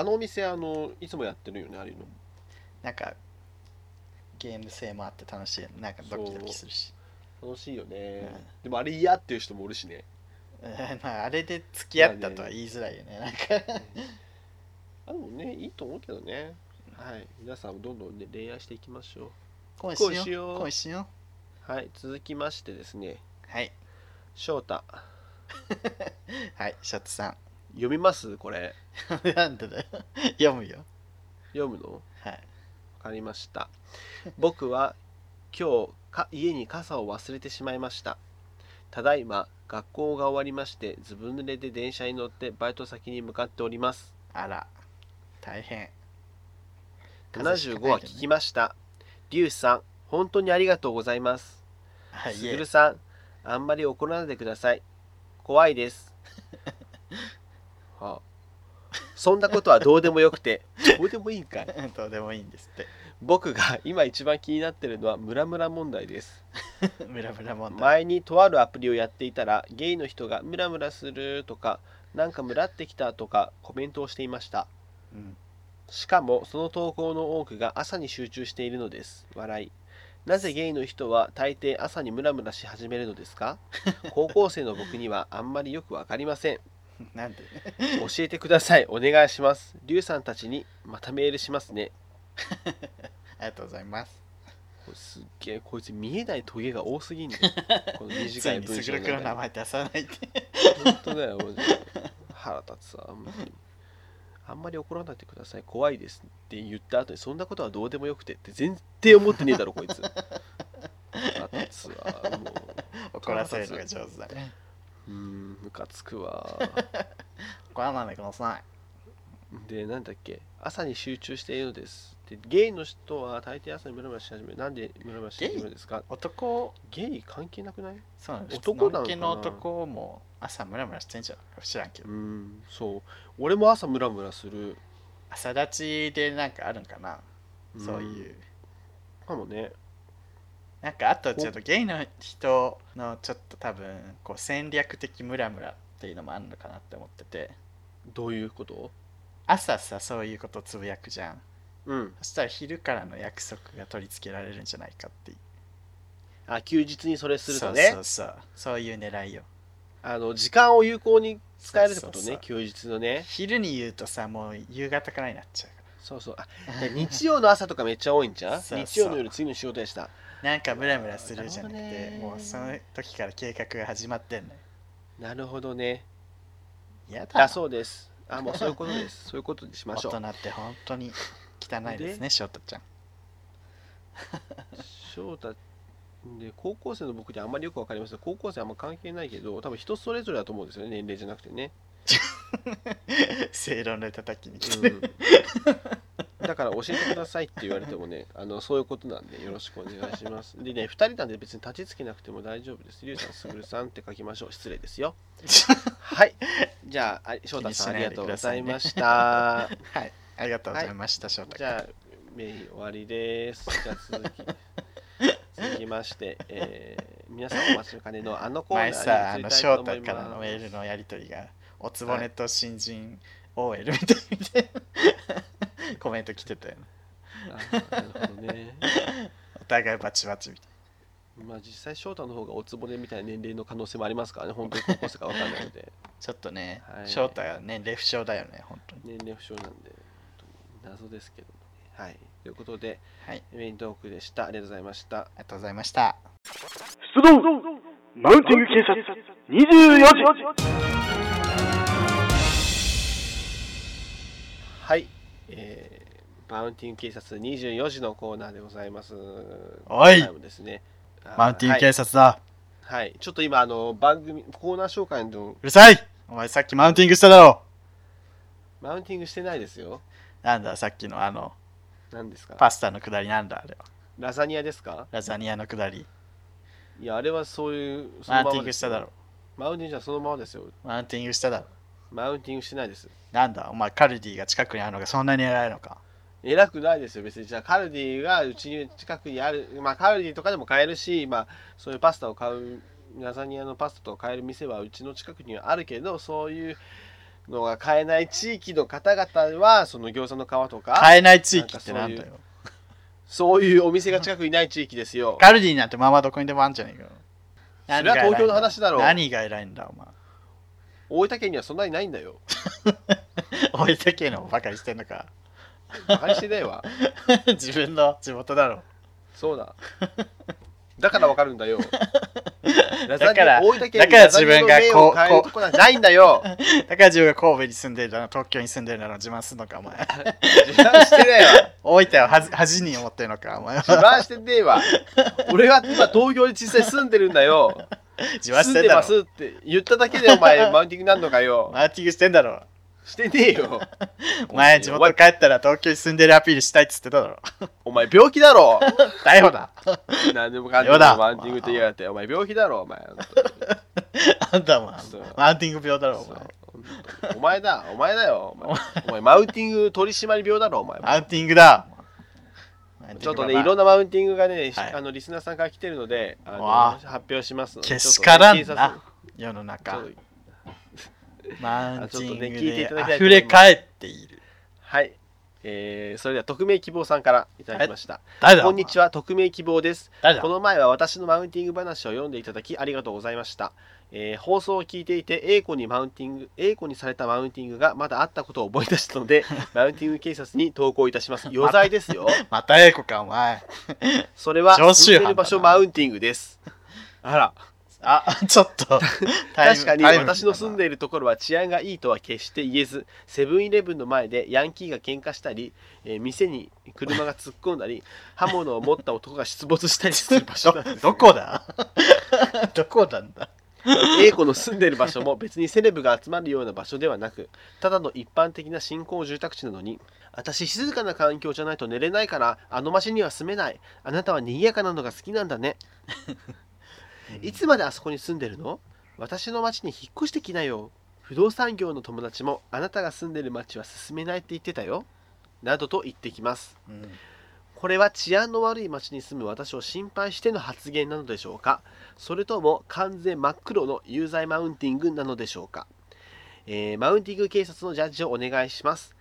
S1: あのお店あのいつもやってるよねあれの。
S2: なんかゲーム性もあって楽しいよねなんかドキドキするし、
S1: 楽しいよね
S2: うん。
S1: でもあれ嫌っていう人もおるしね。
S2: うん まああれで付き合ったとは言いづらいよねなんか
S1: あでもねいいと思うけどね。はい皆さんもどんどんね恋愛していきましょ
S2: 恋し
S1: 恋し
S2: よ
S1: よ
S2: う
S1: う
S2: 恋しよ
S1: う。はい続きましてですね
S2: うはい
S1: 翔太
S2: はいシャツさん
S1: 読みますこれ
S2: なんでだよ読むよ
S1: 読むのわ
S2: はい
S1: かりま した。僕は今日か家に傘を忘れてしまいました。ただいま学校が終わりましてずぶ濡れで電車に乗ってバイト先に向かっております。
S2: あら大変
S1: 75は聞きました。リュウさん、本当にありがとうございます。
S2: はい
S1: すぐ
S2: いえ
S1: るさん、あんまり怒らないでください。怖いです。はあそんなことはどうでもよくて、どうでもいいんかい。
S2: どうでもいいんですって
S1: 僕が今一番気になってるのはムラムラ問題です。
S2: ムラムラ問題。
S1: 前にとあるアプリをやっていたら、ゲイの人がムラムラするとか、なんかムラってきたとかコメントをしていました。
S2: うん、
S1: しかもその投稿の多くが朝に集中しているのです笑いなぜゲイの人は大抵朝にムラムラし始めるのです か高校生の僕にはあんまりよくわかりません
S2: なんで
S1: 教えてくださいお願いしますリュウさんたちにまたメールしますね
S2: ありがとうございます。
S1: これすっげえこいつ見えないトゲが多すぎんねこの
S2: つ
S1: 短
S2: い
S1: い
S2: に
S1: 文
S2: す
S1: 章
S2: ぐるくんの名
S1: 中
S2: 前出さないって。
S1: で本当だよマジで腹立つわ本当にあんまり怒らないでください怖いですって言った後にそんなことはどうでもよくてって全然思ってねえだろこいつムカつわも
S2: 怒らせるのが上手だね。
S1: ううーんムカつくわ
S2: 怒らないでください。
S1: でなんだっけ朝に集中しているのですでゲイの人は大抵朝にムラムラし始めるなんでムラムラし始めるんですか
S2: 男、
S1: ゲイ関係なくない
S2: そうなんです。
S1: 男なのかな
S2: のの男も朝ムラムラしてんじゃん。知らんけ
S1: う
S2: ど。
S1: んそう俺も朝ムラムラする
S2: 朝立ちでなんかあるんかな。
S1: ん
S2: そういう。
S1: かもね
S2: なんかあとちょっとゲイの人のちょっと多分こう戦略的ムラムラっていうのもあるのかなって思ってて
S1: どういうこと
S2: 朝さそういうことつぶやくじゃん
S1: うん
S2: そしたら昼からの約束が取り付けられるんじゃないかって
S1: あ休日にそれするとね
S2: そうそうそうそういう狙いよ
S1: あの時間を有効に使えるってことね
S2: そうそうそう
S1: 休日のね
S2: 昼に言うとさもう夕方からになっちゃうか
S1: そうそうあ
S2: ら
S1: で日曜の朝とかめっちゃ多いんじゃん
S2: そうそう
S1: 日曜の夜次の仕事でした
S2: なんかムラムラするじゃなくて
S1: なるほどね
S2: もうその時から計画が始まってんのよ
S1: なるほどね
S2: やだ
S1: だそうですあもうそういうことです そういうことにしま
S2: 大
S1: しょう
S2: 人って本当に汚いですね翔太 ちゃん
S1: 翔太で高校生の僕にあんまりよくわかります高校生あんま関係ないけど多分人それぞれだと思うんですよね年齢じゃなくてね、
S2: 正論で叩きに来て
S1: うん、だから教えてくださいって言われてもねあのそういうことなんでよろしくお願いしますでね2人なんで別に立ちつけなくても大丈夫ですりゅうさんすぐるさんって書きましょう失礼ですよはいじゃああ翔太さんあり
S2: 気にしない
S1: が
S2: で
S1: とう
S2: く
S1: ご
S2: だ
S1: ざ
S2: さ
S1: い
S2: いね
S1: ました
S2: はい、ありがとうございました、翔太
S1: じ
S2: 君。
S1: ゃあ、メイン終わりです。じゃあ続き、続きまして、えー、皆さんお待ちの金のあのコーナーに移
S2: 前
S1: り
S2: さ、あの
S1: たい
S2: 翔
S1: と思い
S2: 太から
S1: ま
S2: の
S1: す
S2: メールのやり取りが、おつぼねと新人 OL みたいみたいな コメント来てたよね。
S1: あなるほどね。
S2: お互いバチバチみたい
S1: まあ実際翔太の方がおつぼねみたいな年齢の可能性もありますからね、本当に高校生かわかんないの で、
S2: な。ちょっとね、
S1: はい
S2: 翔太がね、レフ症だよね、本当に。
S1: 年齢不詳なんで、本当に謎ですけど、はい。ということで、
S2: はい、
S1: メイントークでした。ありがとうございました。
S2: ありがとうございました。
S4: 出動マウンティング警察24時
S1: はい。えー、バウンティング警察24時のコーナーでございます。
S2: おい
S1: タイムですね、あ
S2: マウンティング
S1: は
S2: 警
S1: い
S2: 察だ、
S1: はい。ちょっと今、あの、番組、コーナー紹介の、
S2: うるさいお前さっきマウンティングしただろ
S1: マウンティングしてないですよ。
S2: なんだ、さっきのあの、
S1: 何ですか
S2: パスタのくだりなんだ、あれは。
S1: ラザニアですか
S2: ラザニアのくだり。
S1: いや、あれはそういう、そ
S2: マウ
S1: の
S2: ンテ
S1: まま
S2: ィング
S1: で
S2: し
S1: す
S2: ただろ。
S1: マウンティングじゃそのままですよ。
S2: マウンティングしただろ。
S1: マウンティングしてないです。
S2: なんだ、お前カルディが近くにあるのがそんなに偉いのか。
S1: 偉くないですよ、別に。じゃあ、カルディがうちに近くにある、まあ、カルディとかでも買えるし、まあ、そういうパスタを買う、ラザニアのパスタとか買える店はうちの近くにはあるけど、そういうのが買えない地域の方々は、その餃子の皮とか、
S2: 買えない地域ってなんだよ
S1: なんそういうお店が近くにない地域ですよ。
S2: カルディなんてまあまあどこにでもあるんじゃねえかよ
S1: それは東京の話だろう
S2: 何が偉いんだお前
S1: 大分県にはそんなにないんだよ。
S2: 置いてけのばかりしてんのか
S1: バカにしてないわ。
S2: 自分の地元だろ
S1: そうだ。だからわかるんだ よ。だ
S2: だから
S1: 大分県
S2: だ
S1: に
S2: から自分がこう
S1: ラザニアの麺を買えるとこなんてないんだ よ。
S2: だから自分が神戸に住んでるだろ東京に住んでるだろ自慢すんのかお前
S1: 自慢してないわ。
S2: 大分をはず恥に思ってるのかお前
S1: 自
S2: は
S1: 慢してねえわ。俺は今東京に実際住んでるんだよ。
S2: 自慢し
S1: 住
S2: て
S1: ん
S2: ん
S1: で
S2: だろ
S1: ますって言っただけでお前マウンティングなんのかよ。
S2: マーティングしてんだろ
S1: してねえよ。
S2: お前地元帰ったら東京に住んでるアピールしたいっつってただろ
S1: お前病 気だろ。
S2: 逮捕だ
S1: 何でもかんで
S2: よ
S1: も
S2: だ
S1: マウンティングと言いやがって。お前病気だろ、お前。
S2: あんたは
S1: そう
S2: マウンティング病だろ
S1: そうお
S2: お前
S1: 前だ、お前だよ。お前お前マウンティング取締病だろ、お前。
S2: マウンティングだ
S1: ちょっとね、い
S2: マウンティングだ
S1: ろんなマウンティングがね、
S2: はい
S1: あのリスナーさんから来てるので、あの
S2: わあ
S1: 発表しますので。
S2: けしからん
S1: ちょっとね
S2: な世の
S1: 警
S2: 中
S1: 察ちょっと
S2: マウンティングで
S1: 溢
S2: 溢
S1: れ
S2: れ
S1: 返
S2: 返っている。
S1: はい。えーそれでは匿名希望さんからいただきました。
S2: 誰だ
S1: こんにち
S2: は。
S1: は、匿名希望です。
S2: 誰だ
S1: この前は私のマウンティング話を読んでいただきありがとうございました、えー放送を聞いていて A 子にマウンティング A 子にされたマウンティングがまだあったことを思い出したの でマウンティング警察に投稿いたします余罪ですよ
S2: また英子か、お前。
S1: それは
S2: 常習
S1: 住んで
S2: 犯だな
S1: る場所マウンティングですあら
S2: あ、ちょっと。タイ ム
S1: 確かに
S2: タイム
S1: 私の住んでいるところは治安がいいとは決して言えずセブンイレブンの前でヤンキーが喧嘩したり、えー店に車が突っ込んだり刃物を持った男が出没したりする場所だ
S2: どどこ だどこなんだ
S1: A 子の住んでいる場所も別にセレブが集まるような場所ではなくただの一般的な新興住宅地なのに私静かな環境じゃないと寝れないからあの街には住めないあなたは賑やかなのが好きなんだねいつまであそこに住んでるの私の町に引っ越してきなよ不動産業の友達もあなたが住んでる町は進めないって言ってたよなどと言ってきます
S2: うん
S1: これは治安の悪い町に住む私を心配しての発言なのでしょうかそれとも完全真っ黒の有罪マウンティングなのでしょうか、えーマウンティング警察のジャッジをお願いします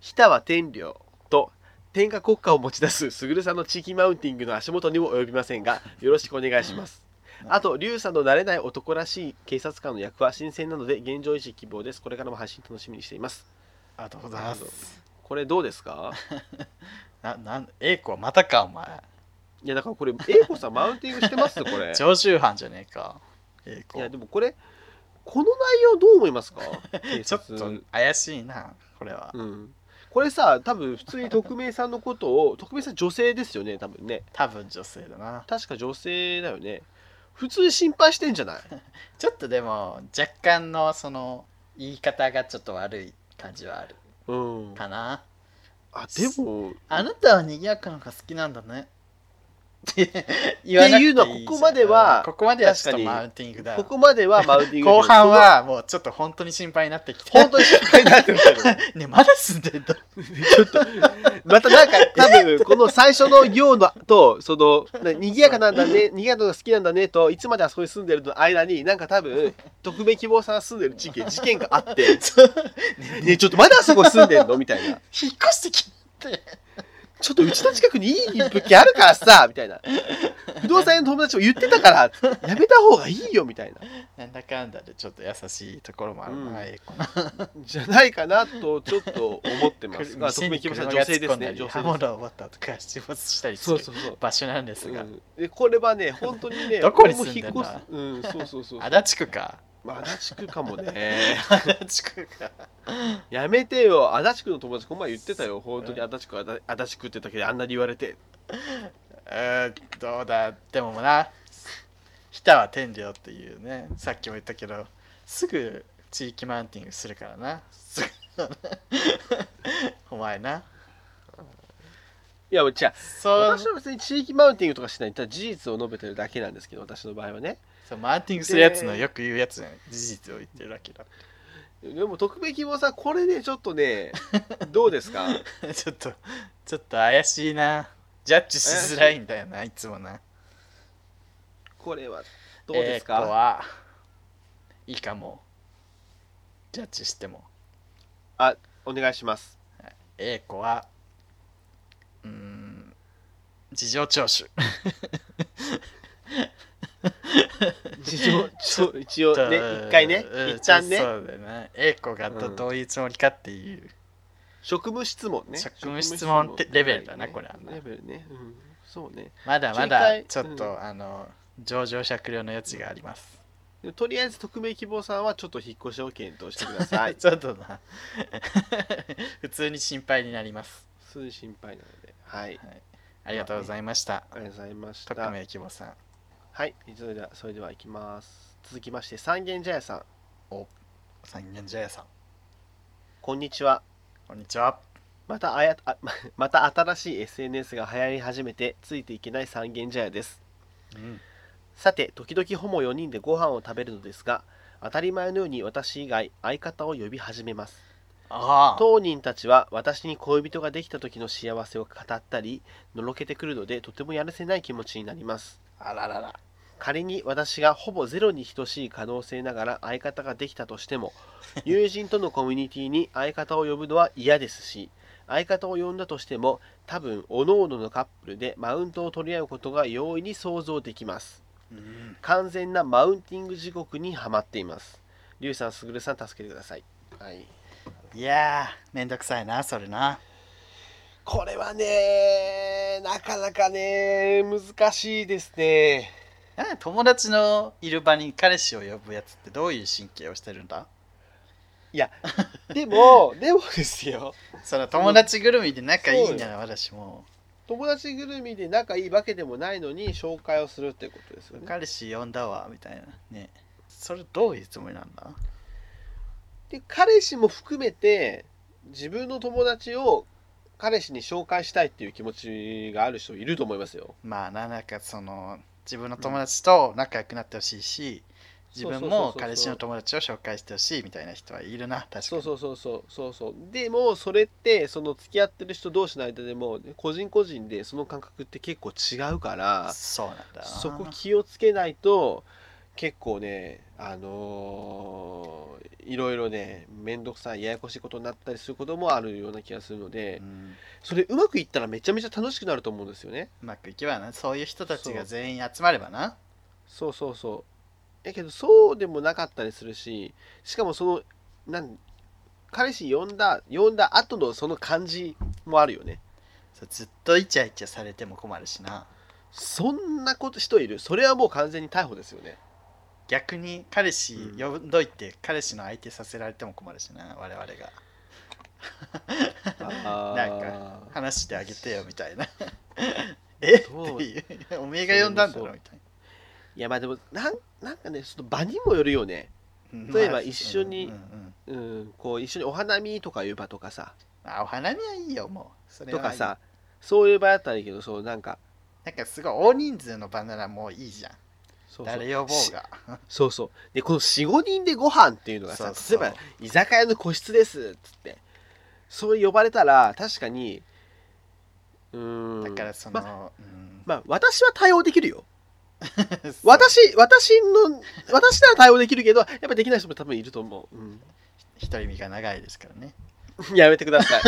S1: 日田は天領と天下国家を持ち出す卓さんの地域マウンティングの足元にも及びませんがよろしくお願いしますあと、リュウさんの慣れない男らしい警察官の役は新鮮なので現状維持希望です。これからも配信楽しみにしています。
S2: ありがとうございます。
S1: これどうですか
S2: な、なん、A 子またか、お前。
S1: いやだからこれ、英子さんマウンティングしてますこれ。
S2: 常習犯じゃねえか。A
S1: い
S2: 子
S1: やでもこれこの内容どう思い ますか警
S2: ちょっ
S1: 察
S2: と怪しいな、これは。
S1: うん、これさ多分普通に匿名さんのことを匿名さん女性ですよね多分ね
S2: 多分女性だな。
S1: 確か女性だよね普通に心配してんじゃない
S2: ちょっとでも、若干のその言い方がちょっと悪い感じはある
S1: うん
S2: かな。
S1: あでも
S2: あなたは賑やかなのが好きなんだね。 って言わ
S1: わな
S2: な
S1: くていいじゃん
S2: くていいじゃん
S1: ここまでは
S2: ここまではちょ
S1: 確
S2: っと
S1: かに
S2: マウンティングだ。
S1: ここまではマウンティング
S2: 後半はもうちょっと本当に心配になっ てきて。
S1: 本当に心配になってるけど
S2: ね、まだ住んで んだ。
S1: ちょっとまたなんか多分この最初の行のとそのな賑やかなんだ ね賑やかなのが好きなんだねといつまであそこに住んでるの間になんか多分特命希望さんが住んでる地域で事件があって
S2: そう
S1: ねえちょっとまだあそこ住んでんのみたいな。
S2: 引っ越してきたって。
S1: ちょっとうちの近くにいい物件あるからさ、みたいな。不動産屋の友達も言ってたから、やめた方がいいよ、みたいな。
S2: なんだかんだでちょっと優しいところもある
S1: うん
S2: な、A 子な。
S1: じゃないかなと、ちょっと思って ます。まあ、特命
S2: 店に
S1: 希望さ
S2: 車
S1: ん、
S2: が
S1: 女
S2: 突
S1: 性
S2: っ
S1: で
S2: 込
S1: す
S2: んだ
S1: ね。
S2: り
S1: 女性
S2: 刃
S1: です。
S2: 物を持ったとか出没したりす
S1: そう
S2: る
S1: そうそう。
S2: 場所なんですが、
S1: うんでこれはね、本当にね、
S2: どこに住んでんだ
S1: 俺も引っ越すうん、そうそうそう。
S2: 足立区か。
S1: まあ足立区かもね。
S2: 足立区か。
S1: やめてよ、足立区の友達、この前言ってたよ、本当に足立区、足足立区ってだけであんなに言われて。
S2: えーどうだでもな日田は天領っていうねさっきも言ったけどすぐ地域マウンティングするからなすぐお前ない
S1: や、違う。
S2: そう
S1: 私は別に地域マウンティングとかしないただ事実を述べてるだけなんですけど私の場合はね
S2: そうマウンティングするやつのよく言うやつじゃない事実を言ってるわけだ
S1: でも特別希望さんこれねちょっと ねどうですか
S2: ちょっとちょっと怪しいなジャッジしづらいんだよないつもな
S1: これはどうです
S2: えーこ
S1: か、
S2: はいいかもジャッジしても
S1: お願いします
S2: A 子はうーん事情聴取
S1: 事情ちょ一応 ね
S2: うん
S1: 一回ね
S2: うん
S1: 一旦ね
S2: そうだよね A 子がど
S1: うん
S2: どういうつもりかっていう、
S1: 職務質問ね
S2: 職務質問ってレベルだなこれは
S1: レベルね、うん、そうね
S2: まだ
S1: ち
S2: ま
S1: ょ
S2: だ
S1: 一回
S2: ちょっと、
S1: う
S2: あの上場酌量のやつがあります
S1: でとりあえず匿名希望さんはちょっと引っ越しを検討してください
S2: ちょっとな普通に心配になります
S1: すぐ心配なのではい
S2: ありがとうございました、
S1: ありがとうございました
S2: 匿名希望さん
S1: はいそれではそれではいきます続きまして三軒茶屋さん
S2: 三軒茶屋さん
S1: こんにちは
S2: こんにちは
S1: またあやあ また新しい SNS が流行り始めてついていけない三軒茶屋です
S2: うん
S1: さて時々ホモ4人でご飯を食べるのですが当たり前のように私以外相方を呼び始めます
S2: ああ
S1: 当人たちは私に恋人ができた時の幸せを語ったりのろけてくるのでとてもやるせない気持ちになります
S2: あららら
S1: 仮に私がほぼゼロに等しい可能性ながら相方ができたとしても友人とのコミュニティに相方を呼ぶのは嫌ですし相方を呼んだとしても多分各々のカップルでマウントを取り合うことが容易に想像できます
S2: うん
S1: 完全なマウンティング地獄にはまっていますリュウさんすぐるさん助けてくださいはい
S2: いやーめんどくさいなそれな
S1: これはねなかなかね難しいですね
S2: なんで友達のいる場に彼氏を呼ぶやつってどういう神経をしてるんだ
S1: でも、でもですよ。
S2: その友達ぐるみで仲いいんじゃない私も
S1: 友達ぐるみで仲いいわけでもないのに紹介をするってことですよね。
S2: 彼氏呼んだわみたいなねそれどういうつもりなんだ
S1: で、彼氏も含めて、自分の友達を彼氏に紹介したいっていう気持ちがある人いると思いますよ。
S2: まあななんかその自分の友達と仲良くなってほしいし自分
S1: そうそうそう
S2: も
S1: そう
S2: 彼氏の友達を紹介してほしいみたいな人はいるな確かに
S1: そうそうそうそうそうそう。でも、それって、その付き合ってる人同士の間でも、個人個人でその感覚って結構違うから。
S2: そうなんだ
S1: そこ気をつけないと結構ねあのーいろいろね面倒くさいややこしいことになったりすることもあるような気がするので
S2: うん
S1: それうまくいったらめちゃめちゃ楽しくなると思うんですよね
S2: うまくいけばなそういう人たちが全員集まればな
S1: そうそうそうやけどそうでもなかったりするししかもそのなん彼氏呼んだ呼んだ後のその感じもあるよね
S2: そうずっとイチャイチャされても困るしな
S1: そんなこと人いるそれはもう完全に逮捕ですよね
S2: 逆に彼氏
S1: う
S2: 呼んどいて彼氏の相手させられても困るしな我々が なん
S1: か
S2: 話してあげてよみた いなえって
S1: どう
S2: いうおめえが呼んだんだろみたい
S1: いやまあでもなんなんかねその場にもよるよね
S2: な
S1: 例えば
S2: まあ
S1: 一緒に
S2: うんうんうん
S1: うん、こう一緒にお花見とかいう場とかさ
S2: あお花見はいいよもうそれ
S1: と
S2: はいい
S1: かさそういう場だったらいいけどそうなんか
S2: なんかすごい大人数の場ならもういいじゃん
S1: そうそう
S2: 誰呼ぼう
S1: し
S2: が
S1: そうそうでこの45人でご飯っていうのがさ
S2: そうそう
S1: 例えば居酒屋の個室ですっつってそう呼ばれたら確かにうーん
S2: だからその、
S1: ま
S2: うん
S1: まあ私は対応できるよ私私の私なら対応できるけどやっぱりできない人も多分いると思う、うん
S2: 一人身が長いですからね
S1: やめてくださ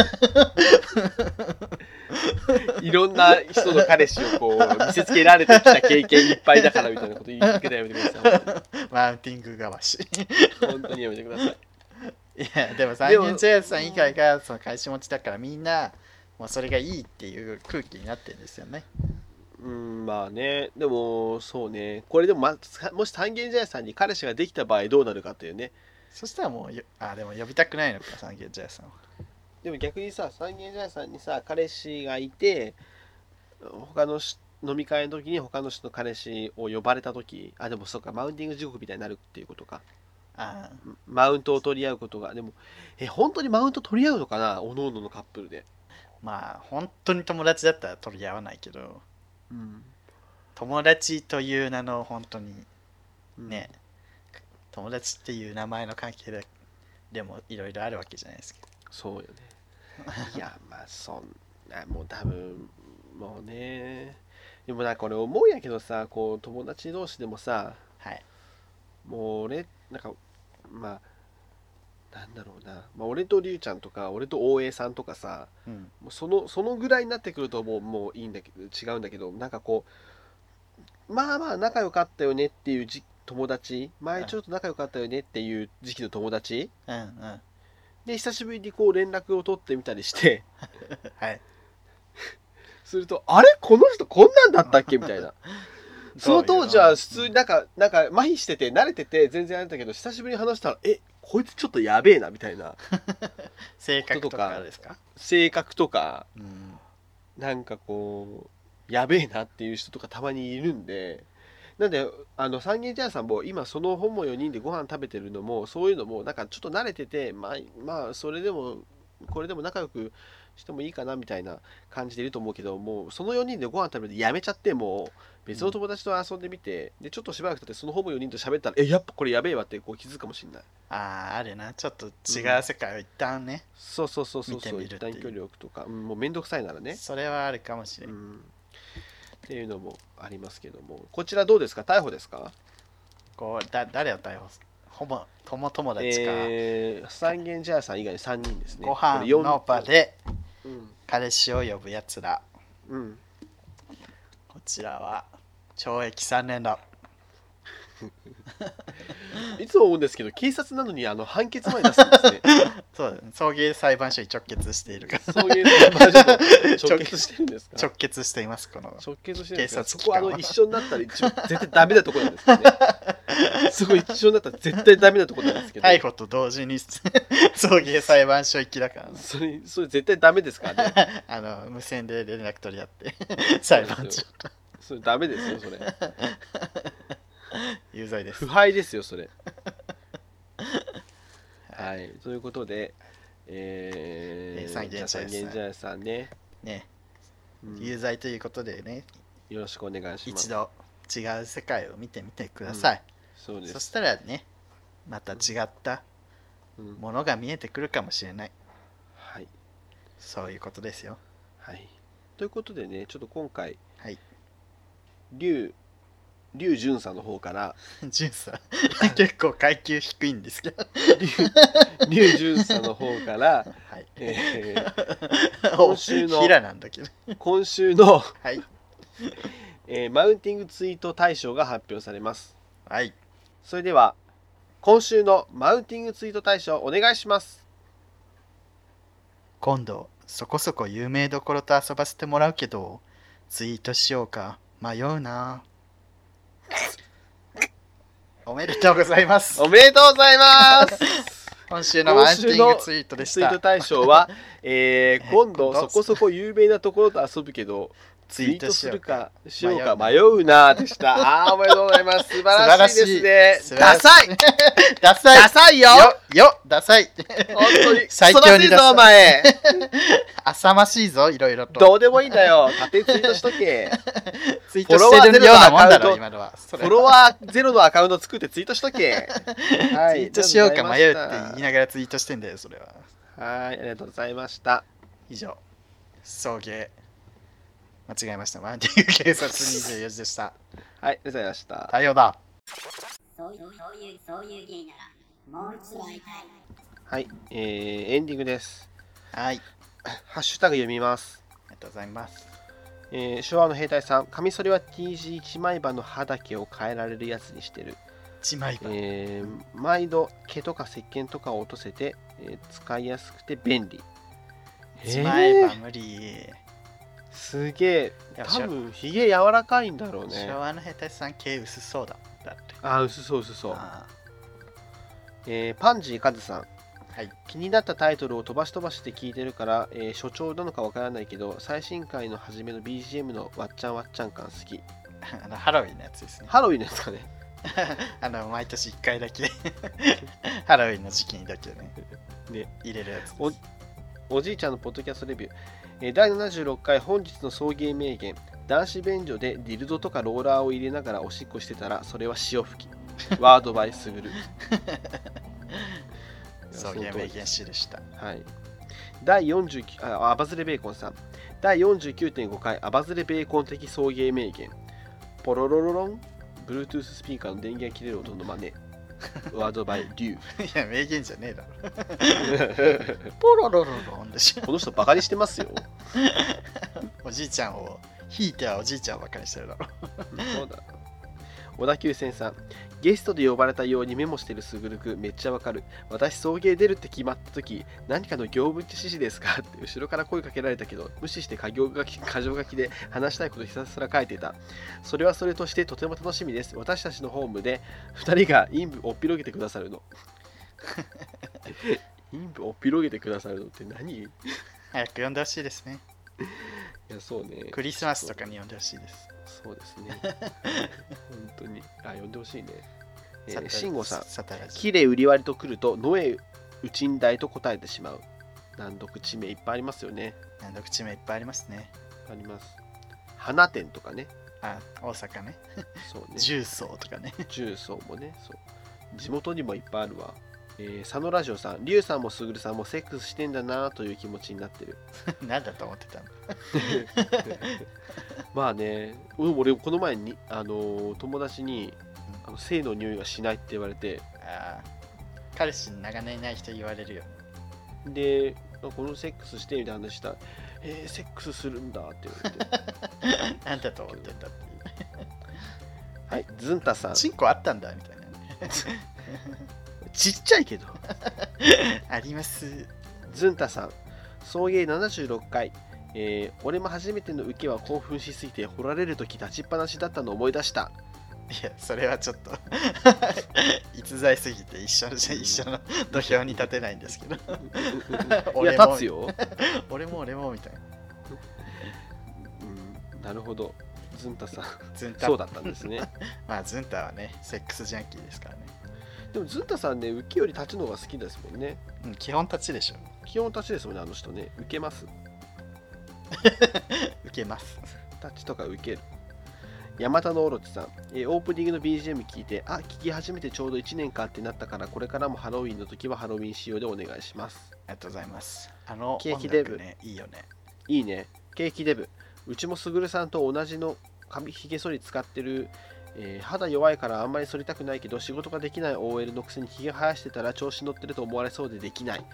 S1: い。いろんな人の彼氏をこう見せつけられてきた経験いっぱいだからみたいなこと言いかけてやめてくださ
S2: マウンティングがわし
S1: い。本当にやめてください。
S2: いやでも三
S1: でも
S2: 人チェアさん以外がその返し持ちだからみんなもうそれがいいっていう空気になってるんですよね
S1: うん、まあね、でもそうね、これでも、ま、さもし三軒茶屋さんに彼氏ができた場合どうなるかっていうね。
S2: そしたらもうよあでも呼びたくないのか三軒茶屋さんは
S1: でも逆にさ、三軒茶屋さんにさ、彼氏がいて、他のし飲み会の時に他の人の彼氏を呼ばれた時あ、でもそうか、マウンティング地獄みたいになるっていうことか。
S2: あ
S1: マウントを取り合うことがでもえ本当にマウント取り合うのかなおのおののカップルで、
S2: まあ本当に友達だったら取り合わないけど
S1: うん、
S2: 友達という名の本当にね、友達っていう名前の関係ででもいろいろあるわけじゃないですか
S1: そう よねいやまあそんなもう多分もうねでもなんか俺思うんやけどさこう友達同士でもさ
S2: はい
S1: もう俺なんかまあなんだろうな、まあ、俺とりゅうちゃんとか俺と大江さんとかさ
S2: うん
S1: もうそのそのぐらいになってくるともうもういいんだけど違うんだけどなんかこうまあまあ仲良かったよねっていうじ友達前ちょっと仲良かったよねっていう時期の友達
S2: うんうん
S1: で久しぶりにこう連絡を取ってみたりして
S2: はい
S1: するとあれこの人こんなんだったっけみ たいなその当時は普通になんかなんか麻痺してて慣れてて全然あれだけど久しぶりに話したらえこいつちょっとやべえなみたいな
S2: 性格
S1: こと
S2: と
S1: と
S2: か
S1: か
S2: ですか
S1: 性格とか
S2: うん
S1: なんかこうやべえなっていう人とかたまにいるんでなんであの三軒茶屋さんも今その本も4人でご飯食べてるのもそういうのもなんかちょっと慣れててまあまあそれでもこれでも仲良くしてもいいかなみたいな感じでいると思うけどもうその4人でご飯食べてやめちゃってもう別の友達と遊んでみて、でちょっとしばらく経ってそのほぼ4人と喋ったらえやっぱこれやべえわってこう気づくかもしれない
S2: あああるなちょっと違う世界を一旦ね、
S1: そうそうそうそう
S2: 見て
S1: そう
S2: み
S1: 一
S2: るっていう
S1: 旦距離を置くとか、うんもう面倒くさいならね
S2: それはあるかもしれ、
S1: うんんっていうのもありますけどもこちらどうですか逮捕ですか
S2: こうだ誰を逮捕すほぼ友友達か、
S1: えー、三軒茶屋さん以外に3人ですね
S2: ご飯の場、で
S1: これ四
S2: 彼氏を呼ぶやつら
S1: うんうん、
S2: こちらは懲役3年だ
S1: いつも思うんですけど警察なのにあの判決前出すんです ね
S2: そうだね送迎裁判所に直結してい るから
S1: そういう場所と直結してるんですか
S2: 直結していますこの
S1: 直結してるんですか
S2: 警察
S1: そ
S2: 機
S1: こ
S2: 関は
S1: あの一緒になったら一応絶対ダメなとこなんです けどねそこ一緒になったら絶対ダメなとこなんですけど
S2: 逮捕と同時に 送迎裁判所行きだからね
S1: それそれ絶対ダメですからね
S2: あの無線で連絡取り合って 裁判所と
S1: それダメですよそれ
S2: 有罪です
S1: 腐敗ですよそ れはいということでえ
S2: えー
S1: ー、
S2: 三軒茶屋さん
S1: 三軒茶屋さんね、
S2: ね
S1: うん
S2: 有罪ということでね
S1: よろしくお願いします
S2: 一度違う世界を見てみてください、
S1: そうで
S2: そ
S1: す
S2: したらねまた違った
S1: うん
S2: ものが見えてくるかもしれない
S1: はい
S2: そういうことです よ
S1: はいということでねちょっと今回
S2: はい
S1: 龍龍潤さんの方から
S2: ジュンさん結構階級低いんですけど
S1: 龍潤さんの方から、
S2: はい
S1: え
S2: 今
S1: 今週の
S2: ヒラなんだけど
S1: ー今週の、
S2: はい
S1: えーマウンティングツイート大賞が発表されます
S2: はい
S1: それでは今週のマウンティングツイート大賞お願いします
S2: 今度そこそこ有名どころと遊ばせてもらうけどツイートしようか迷うなおめでとうございます
S1: おめでとうござい ます
S2: 今週のマウンティングツイートでし
S1: ツイー
S2: た
S1: ト大賞は、え ー今度
S2: 今
S1: そ
S2: 度
S1: こそこ有名なところと遊ぶけどツ
S2: ツ
S1: イー
S2: イー
S1: ト
S2: ト
S1: す
S2: し
S1: る
S2: よう
S1: か
S2: か
S1: しようか迷うなでしたあーおめでとうございます素晴らしいですね
S2: 素晴
S1: ダ
S2: らしい
S1: サい
S2: ダサい
S1: ダサいよ
S2: よよダサい
S1: 本当に
S2: 最強に
S1: 育てるぞお
S2: ダサ
S1: 前
S2: 浅ましいぞいろいろ と
S1: どうでもいいんだよ縦ツイートしとけ
S2: ツイートしてるようなもんだろ
S1: フォロワーゼロのアカウントフォロワーゼロのアカウ
S2: 今のはフ
S1: ント作ってツイートしと け、は
S2: ツイートしようか迷うって言い
S1: は
S2: ながらツイートしてんだよそれはい
S1: ありがとうございました
S2: 以上送迎間違えましたマウンティング警察24時でした
S1: はいありがとうございました
S2: 対応だ
S5: そういうそういうそういう芸ならもう一度会いたい
S1: はい、えー、エンディングです。
S2: はい、
S1: ハッシュタグ読みます。
S2: ありがとうございます。
S1: えー、昭和の兵隊さん、カミソリは TG1 枚刃の刃だけを変えられるやつにしてる。
S2: 一枚刃。
S1: えー、毎度毛とか石鹸とかを落とせて、えー使いやすくて便利。
S2: 一枚
S1: え
S2: 刃
S1: ー
S2: 無理。
S1: すげえ、
S2: やっぱ
S1: 多分ひげ柔らかいんだろうね
S2: 昭。和の兵隊さん系薄そうだ。だって。
S1: あー、薄そう薄そう。
S2: あ
S1: えー、パンジーカズさん。
S2: ーはい。
S1: 気になったタイトルを飛ばし飛ばして聞いてるから、えー、所長なのかわからないけど最新回の初めの BGM のわっちゃんわっちゃん感好き
S2: あのハロウィンのやつですね。
S1: ハロウィンですかね
S2: あの毎年一回だけ ハロウィンの時期にだけね。
S1: ね
S2: 入れるやつです。
S1: おおじいちゃんのポッドキャストレビュー、えー第76回本日の送迎名言男子便所でディルドとかローラーを入れながらおしっこしてたらそれは潮吹きワードバイスグル
S2: 送迎名言集でした。
S1: はい第49あアバズレベーコンさん第49.5回アバズレベーコン的送迎名言ポロロロロン Bluetooth スピーカーの電源が切れる音の真似ワードバイリュウ
S2: いや、名言じゃねえだろ。ポロロロロンでしょ。
S1: この人バカにしてますよ
S2: おじいちゃんを、ひいてはおじいちゃんばっかりしてるだろ。
S1: そうだな 小田急線さんゲストで呼ばれたようにメモしてるすぐるくんめっちゃわかる私送迎出るって決まった時何かの業務指示ですか って後ろから声かけられたけど無視して過剰書き 過剰書きで話したいことひたすら書いてたそれはそれとしてとても楽しみです私たちのホームで2人が陰部をっぴろげてくださ るの陰部をっぴろげてくださるのって何い
S2: 早く呼んでほしいですね。
S1: やそうね
S2: クリスマスとかに呼んでほしいです。
S1: そうですね。本当に。あ、呼んでほしいね。え
S2: サタ
S1: ー、慎吾さん。
S2: サタラジ
S1: 綺麗売り割りと来ると、野へうちんだいと答えてしまう。難読地名いっぱいありますよね。
S2: 難読地名いっぱいありますね。
S1: あります。花店とかね。
S2: あ、大阪ね。
S1: そうね。
S2: 重曹とかね。
S1: 重曹もね。そう。地元にもいっぱいあるわ。えー、佐野ラジオさん、リュウさんもすぐるさんもセックスしてんだなという気持ちになって る。
S2: なんだと思ってたの
S1: まあね、うん俺、この前に、あのー友達にあの性の匂いがしないって言われて、
S2: あー彼氏に長年いない人言われるよ。
S1: で、あこのセックスしてみたいな話したら、えー、セッ クスするんだって言われて。
S2: なんだと思ってたっていう。
S1: ははい、ズンタさん。
S2: チ
S1: ち
S2: ンコあったんだみたいなね
S1: ちっちゃいけど。
S2: あります
S1: ズンタさん。送迎76回。えー俺も初めての受けは興奮しすぎて掘られるとき立ちっぱなしだったのを思い出 した。
S2: いやそれはちょっと 逸材すぎて一緒の一緒の土俵に立てないんですけ
S1: い
S2: ど
S1: や、
S2: 俺も
S1: 立つ よ。
S2: 俺も俺もみたいな
S1: うんなるほど。ズンタさん、
S2: ズンタ
S1: そうだったんですね。
S2: まあズンタはねセックスジャンキーですからね、
S1: でもズンタさんね、浮きより立ちの方が好きですもんね。
S2: うん、基本立ちでしょ
S1: 基本立ちですもんね、あの人ね。受けます。
S2: 受けます
S1: タッチとか受ける。山田のオロチさん、えーオープニングの BGM 聞いて、あ、聞き始めてちょうど1年間ってなったから、これからもハロウィンの時はハロウィン仕様でお願いします。
S2: ありがとうございますあの
S1: ケーキデブ
S2: 音楽ねいいよね
S1: いいね。ケーキデブ。うちもすぐるさんと同じの髪ひげ剃り使ってる、えー肌弱いからあんまり剃りたくないけど仕事ができない OL のくせにひげ生やしてたら調子乗ってると思われそうでできない。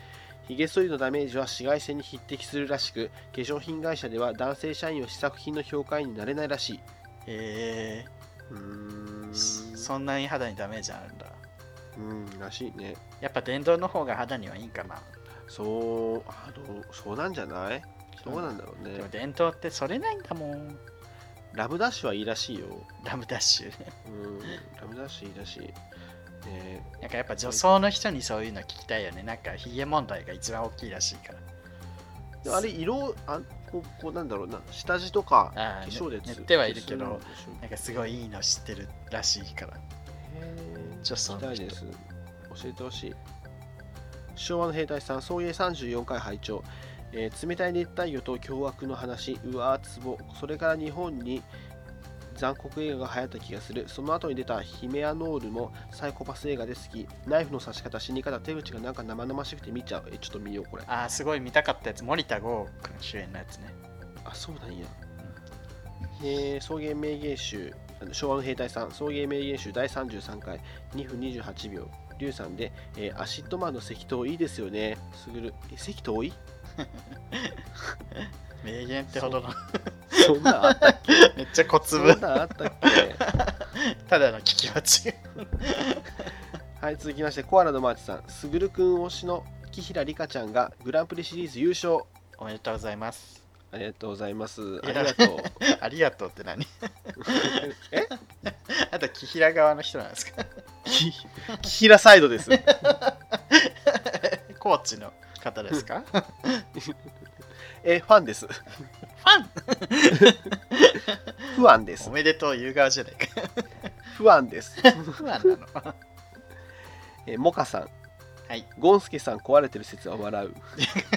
S1: ひげ剃りのダメージは紫外線に匹敵するらしく、化粧品会社では男性社員を試作品の評価員になれないらしい。
S2: へえ
S1: うーん
S2: そんなに肌にダメージあるんだ
S1: うん、らしいね。
S2: やっぱ電動の方が肌にはいいんかな
S1: そう、あの、そうなんじゃないどうなんだろう
S2: でも
S1: ね。
S2: 電動ってそれないんだもん
S1: ラブダッシュはいいらしいよ。
S2: ラムダッ シュ
S1: うん、ラブダッシュいいらしい。ねえ
S2: なんかやっぱ女装の人にそういうの聞きたいよね。なんかヒゲ問題が一番大きいらしいから。
S1: でもあれ、色、あこう、こうなんだろうな、下地とか、化
S2: あー
S1: 粧でつ
S2: ね塗ってはいるけど
S1: 化粧でしょ
S2: なんかすごいいいの知ってるらしいから。
S1: へー
S2: 女装
S1: 聞
S2: の
S1: き
S2: 人
S1: たいです。教えてほしい。昭和の兵隊さん、送迎34回拝聴、えー冷たい熱帯魚と凶悪の話、うわーつぼ、それから日本に残酷映画が流行った気がする、その後に出たヒメアノールもサイコパス映画で好き、ナイフの刺し方、死に方、手口がなんか生々しくて見ちゃう。え、ちょっと見よう、これ。
S2: ああ、すごい見たかったやつ。森田剛君主演のやつね。
S1: あ、そうなんや。えー、送迎名言集、あの昭和の兵隊さん、送迎名言集第33回、2分28秒、龍さんで、えーアシッドマンの石灯いいですよね、すぐる、え石灯多い
S2: 名言ってほどの。
S1: そんなんあったっけ
S2: めっちゃ小
S1: そん
S2: 粒。
S1: なんあったっけ
S2: ただの聞き間違い。
S1: はい、続きまして、コアラのマーチさん、すぐるくん推しの木平里香ちゃんがグランプリシリーズ優勝。
S2: おめでとうございます。
S1: ありがとうございます。あ
S2: や
S1: りが とう。
S2: ありがとうって何
S1: え
S2: あと、木平側の人なんですか
S1: 木平サイドです。
S2: コーチの方ですか フ
S1: え、ファンです。
S2: ァ
S1: 不安で
S2: ンお
S1: す。
S2: めでとう言う側じゃないか。
S1: 不安です。
S2: ファンなの。
S1: え、モカさん、
S2: はい。
S1: ゴンスケさん壊れてる説は笑う。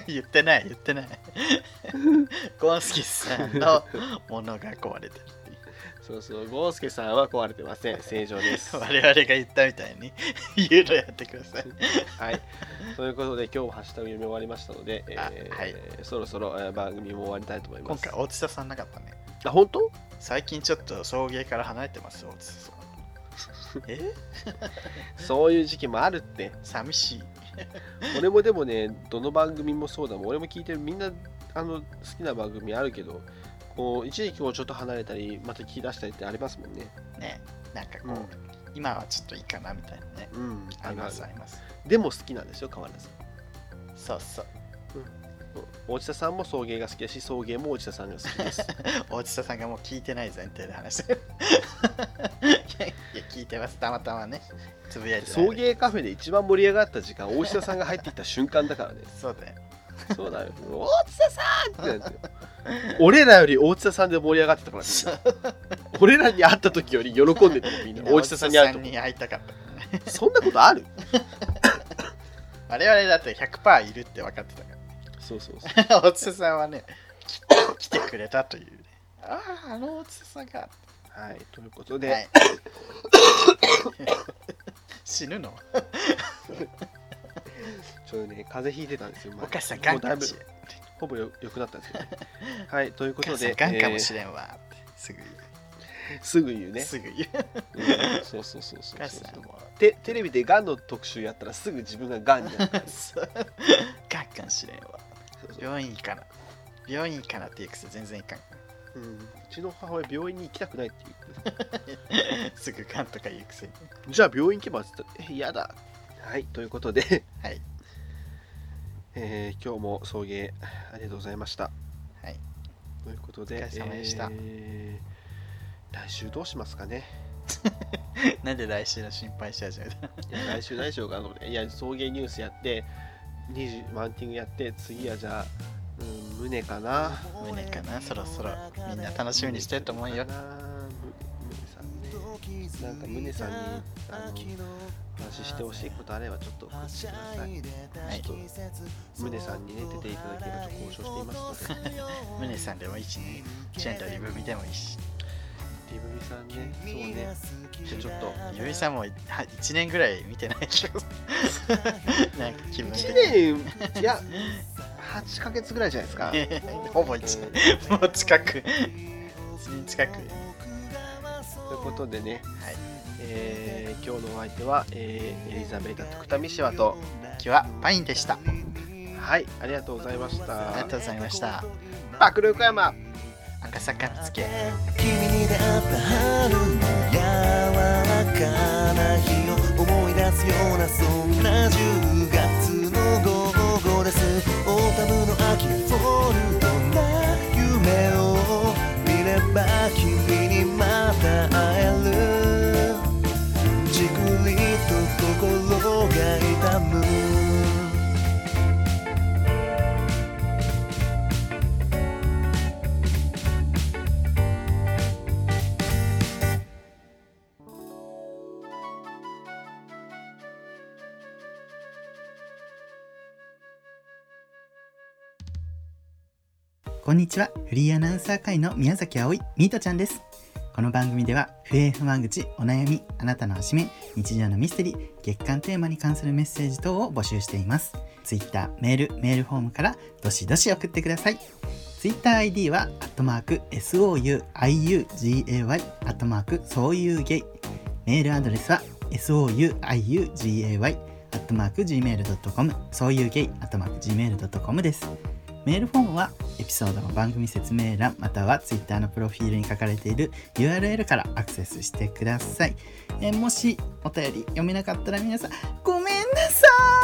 S2: 言ってない言ってないゴンスキさんのものが壊れてるっていう
S1: そうそう、ゴースケさんは壊れてません。正常 です。は
S2: 我々が言ったみたいに言うのやってくだ さい
S1: い。ということで、今日もハッシュタグ読み終わりましたので、
S2: あ
S1: えー
S2: はい
S1: そろそろえー番組も終わりたいと思いま
S2: 今
S1: す。
S2: 回大地田さんなかったね
S1: あ、本当
S2: 最近ちょっと送迎から離れてます大地田さんえ
S1: そういう時期もあるって。
S2: 寂しい
S1: 俺もでもね、どの番組もそうだもん。俺も聞いてる、みんなあの好きな番組あるけど、こう一時期こうちょっと離れたり、また聞き出したりってありますもんね。
S2: ねなんかこう、
S1: うん
S2: 今はちょっといいかなみたいなね
S1: うん、
S2: ありま
S1: る
S2: す
S1: あ
S2: あ
S1: る
S2: ります
S1: でも好きなんですよ、変わらず。
S2: そうそう
S1: 大地田さんも送迎が好きだし、送迎も大地田さんが好きです。
S2: 大地田さんがもう聞いてない前提で話 してるいやいや聞いてますたまたまねつぶやいてない
S1: 送迎カフェで一番盛り上がった時間、大下さんが入ってきた瞬間だから ね。
S2: そうだよ
S1: そうだよ。大津田さんってなって俺らより大津田さんで盛り上がってたからみんな 俺らに会った時より喜んでたよみんな。大津田さんに会うと
S2: 大地田さんに会いたかったからね。
S1: そんなことある
S2: 我々だって100%いるって分かってた か
S1: そうそうそう。
S2: ら。大津田さんはね、き来てくれたという、ね。ああ、あの大津田さんが。
S1: はい、ということで、
S2: はい、 死ぬの
S1: ちょうどね、風邪ひいてたんですよ。前
S2: お母さん、ガン
S1: もうだ
S2: か
S1: い
S2: も
S1: ぶ
S2: しれん。
S1: ほぼよ良くなったんですけど、ね。はい、という
S2: お
S1: こ
S2: 母
S1: と
S2: さん、
S1: で、
S2: ガンかも
S1: え
S2: しれんわ。すぐ言
S1: ーすぐ言う
S2: う、
S1: ね。
S2: すぐ言う。
S1: うんそうそうそうそう
S2: お母
S1: そう
S2: さんも
S1: てテレビでがんの特集やったらすぐ自分ががんに なるから。
S2: そう、ガンかもしれんわ。
S1: そうそう
S2: 病院行かな。病院行かなって言うくせ全然行かん。
S1: うん、うちの母親病院に行きたくないって言って
S2: すぐガンとか言うくせに。
S1: じゃあ病院行けばって言ったらえ嫌だはいということで、
S2: はい
S1: えー今日も送迎ありがとうございました
S2: はい
S1: ということで
S2: お疲れ様でした
S1: えー来週どうしますかね
S2: なんで来週の心配し始めた
S1: いや 来週何しようかなと思っていや送迎ニュースやって20マウンティングやって次はじゃあ、うん、胸かな
S2: 胸かなそろそろみんな楽しみにしてると思う よ
S1: 胸。さんねなんか胸さんにあの話してほしいことあればちょっと送ってください
S2: はい。
S1: 宗さんにね出ていただければと交渉しています ので
S2: 胸さんでもいいしね。ジェンダーリブミでもいいし。
S1: リブミさんねそうねじゃあちょっと
S2: リブミさんもは1年ぐらい見てないでしょ。なんか気分的に。
S1: 1年い や8ヶ月ぐらいじゃないですか
S2: ほぼ1年。もう近く。1年近く。
S1: ということでね、
S2: はい
S1: えー今日のお相手は、えーエリザベータ・トクタミシワと
S2: 今日はパインでした。
S1: はいありがとうございまし
S2: ありが
S1: た
S2: とうございました。
S1: 爆力山
S2: 赤坂見つけ。
S6: 君に出会った春の柔らかな日を思い出すようなそんな10月の午後ですオータムの秋フォルトな夢を見れば君にまた会えるじくりと心が痛む
S3: こんにちは。フリーアナウンサー会の宮崎葵、ミートちゃんです。この番組では、不平不満口、お悩み、あなたのおしめ、日常のミステリー、月間テーマに関するメッセージ等を募集しています。Twitter、メール、メールフォームから、どしどし送ってください。TwitterID は、アットマーク、souiugay、アットマーク、そういうゲイ。メールアドレスは、souiugay、アットマーク、gmail.com、そういうゲイ、アットマーク、gmail.com です。メールフォームはエピソードの番組説明欄または Twitter のプロフィールに書かれている URL からアクセスしてください。えーもしお便り読めなかったら皆さんごめんなさい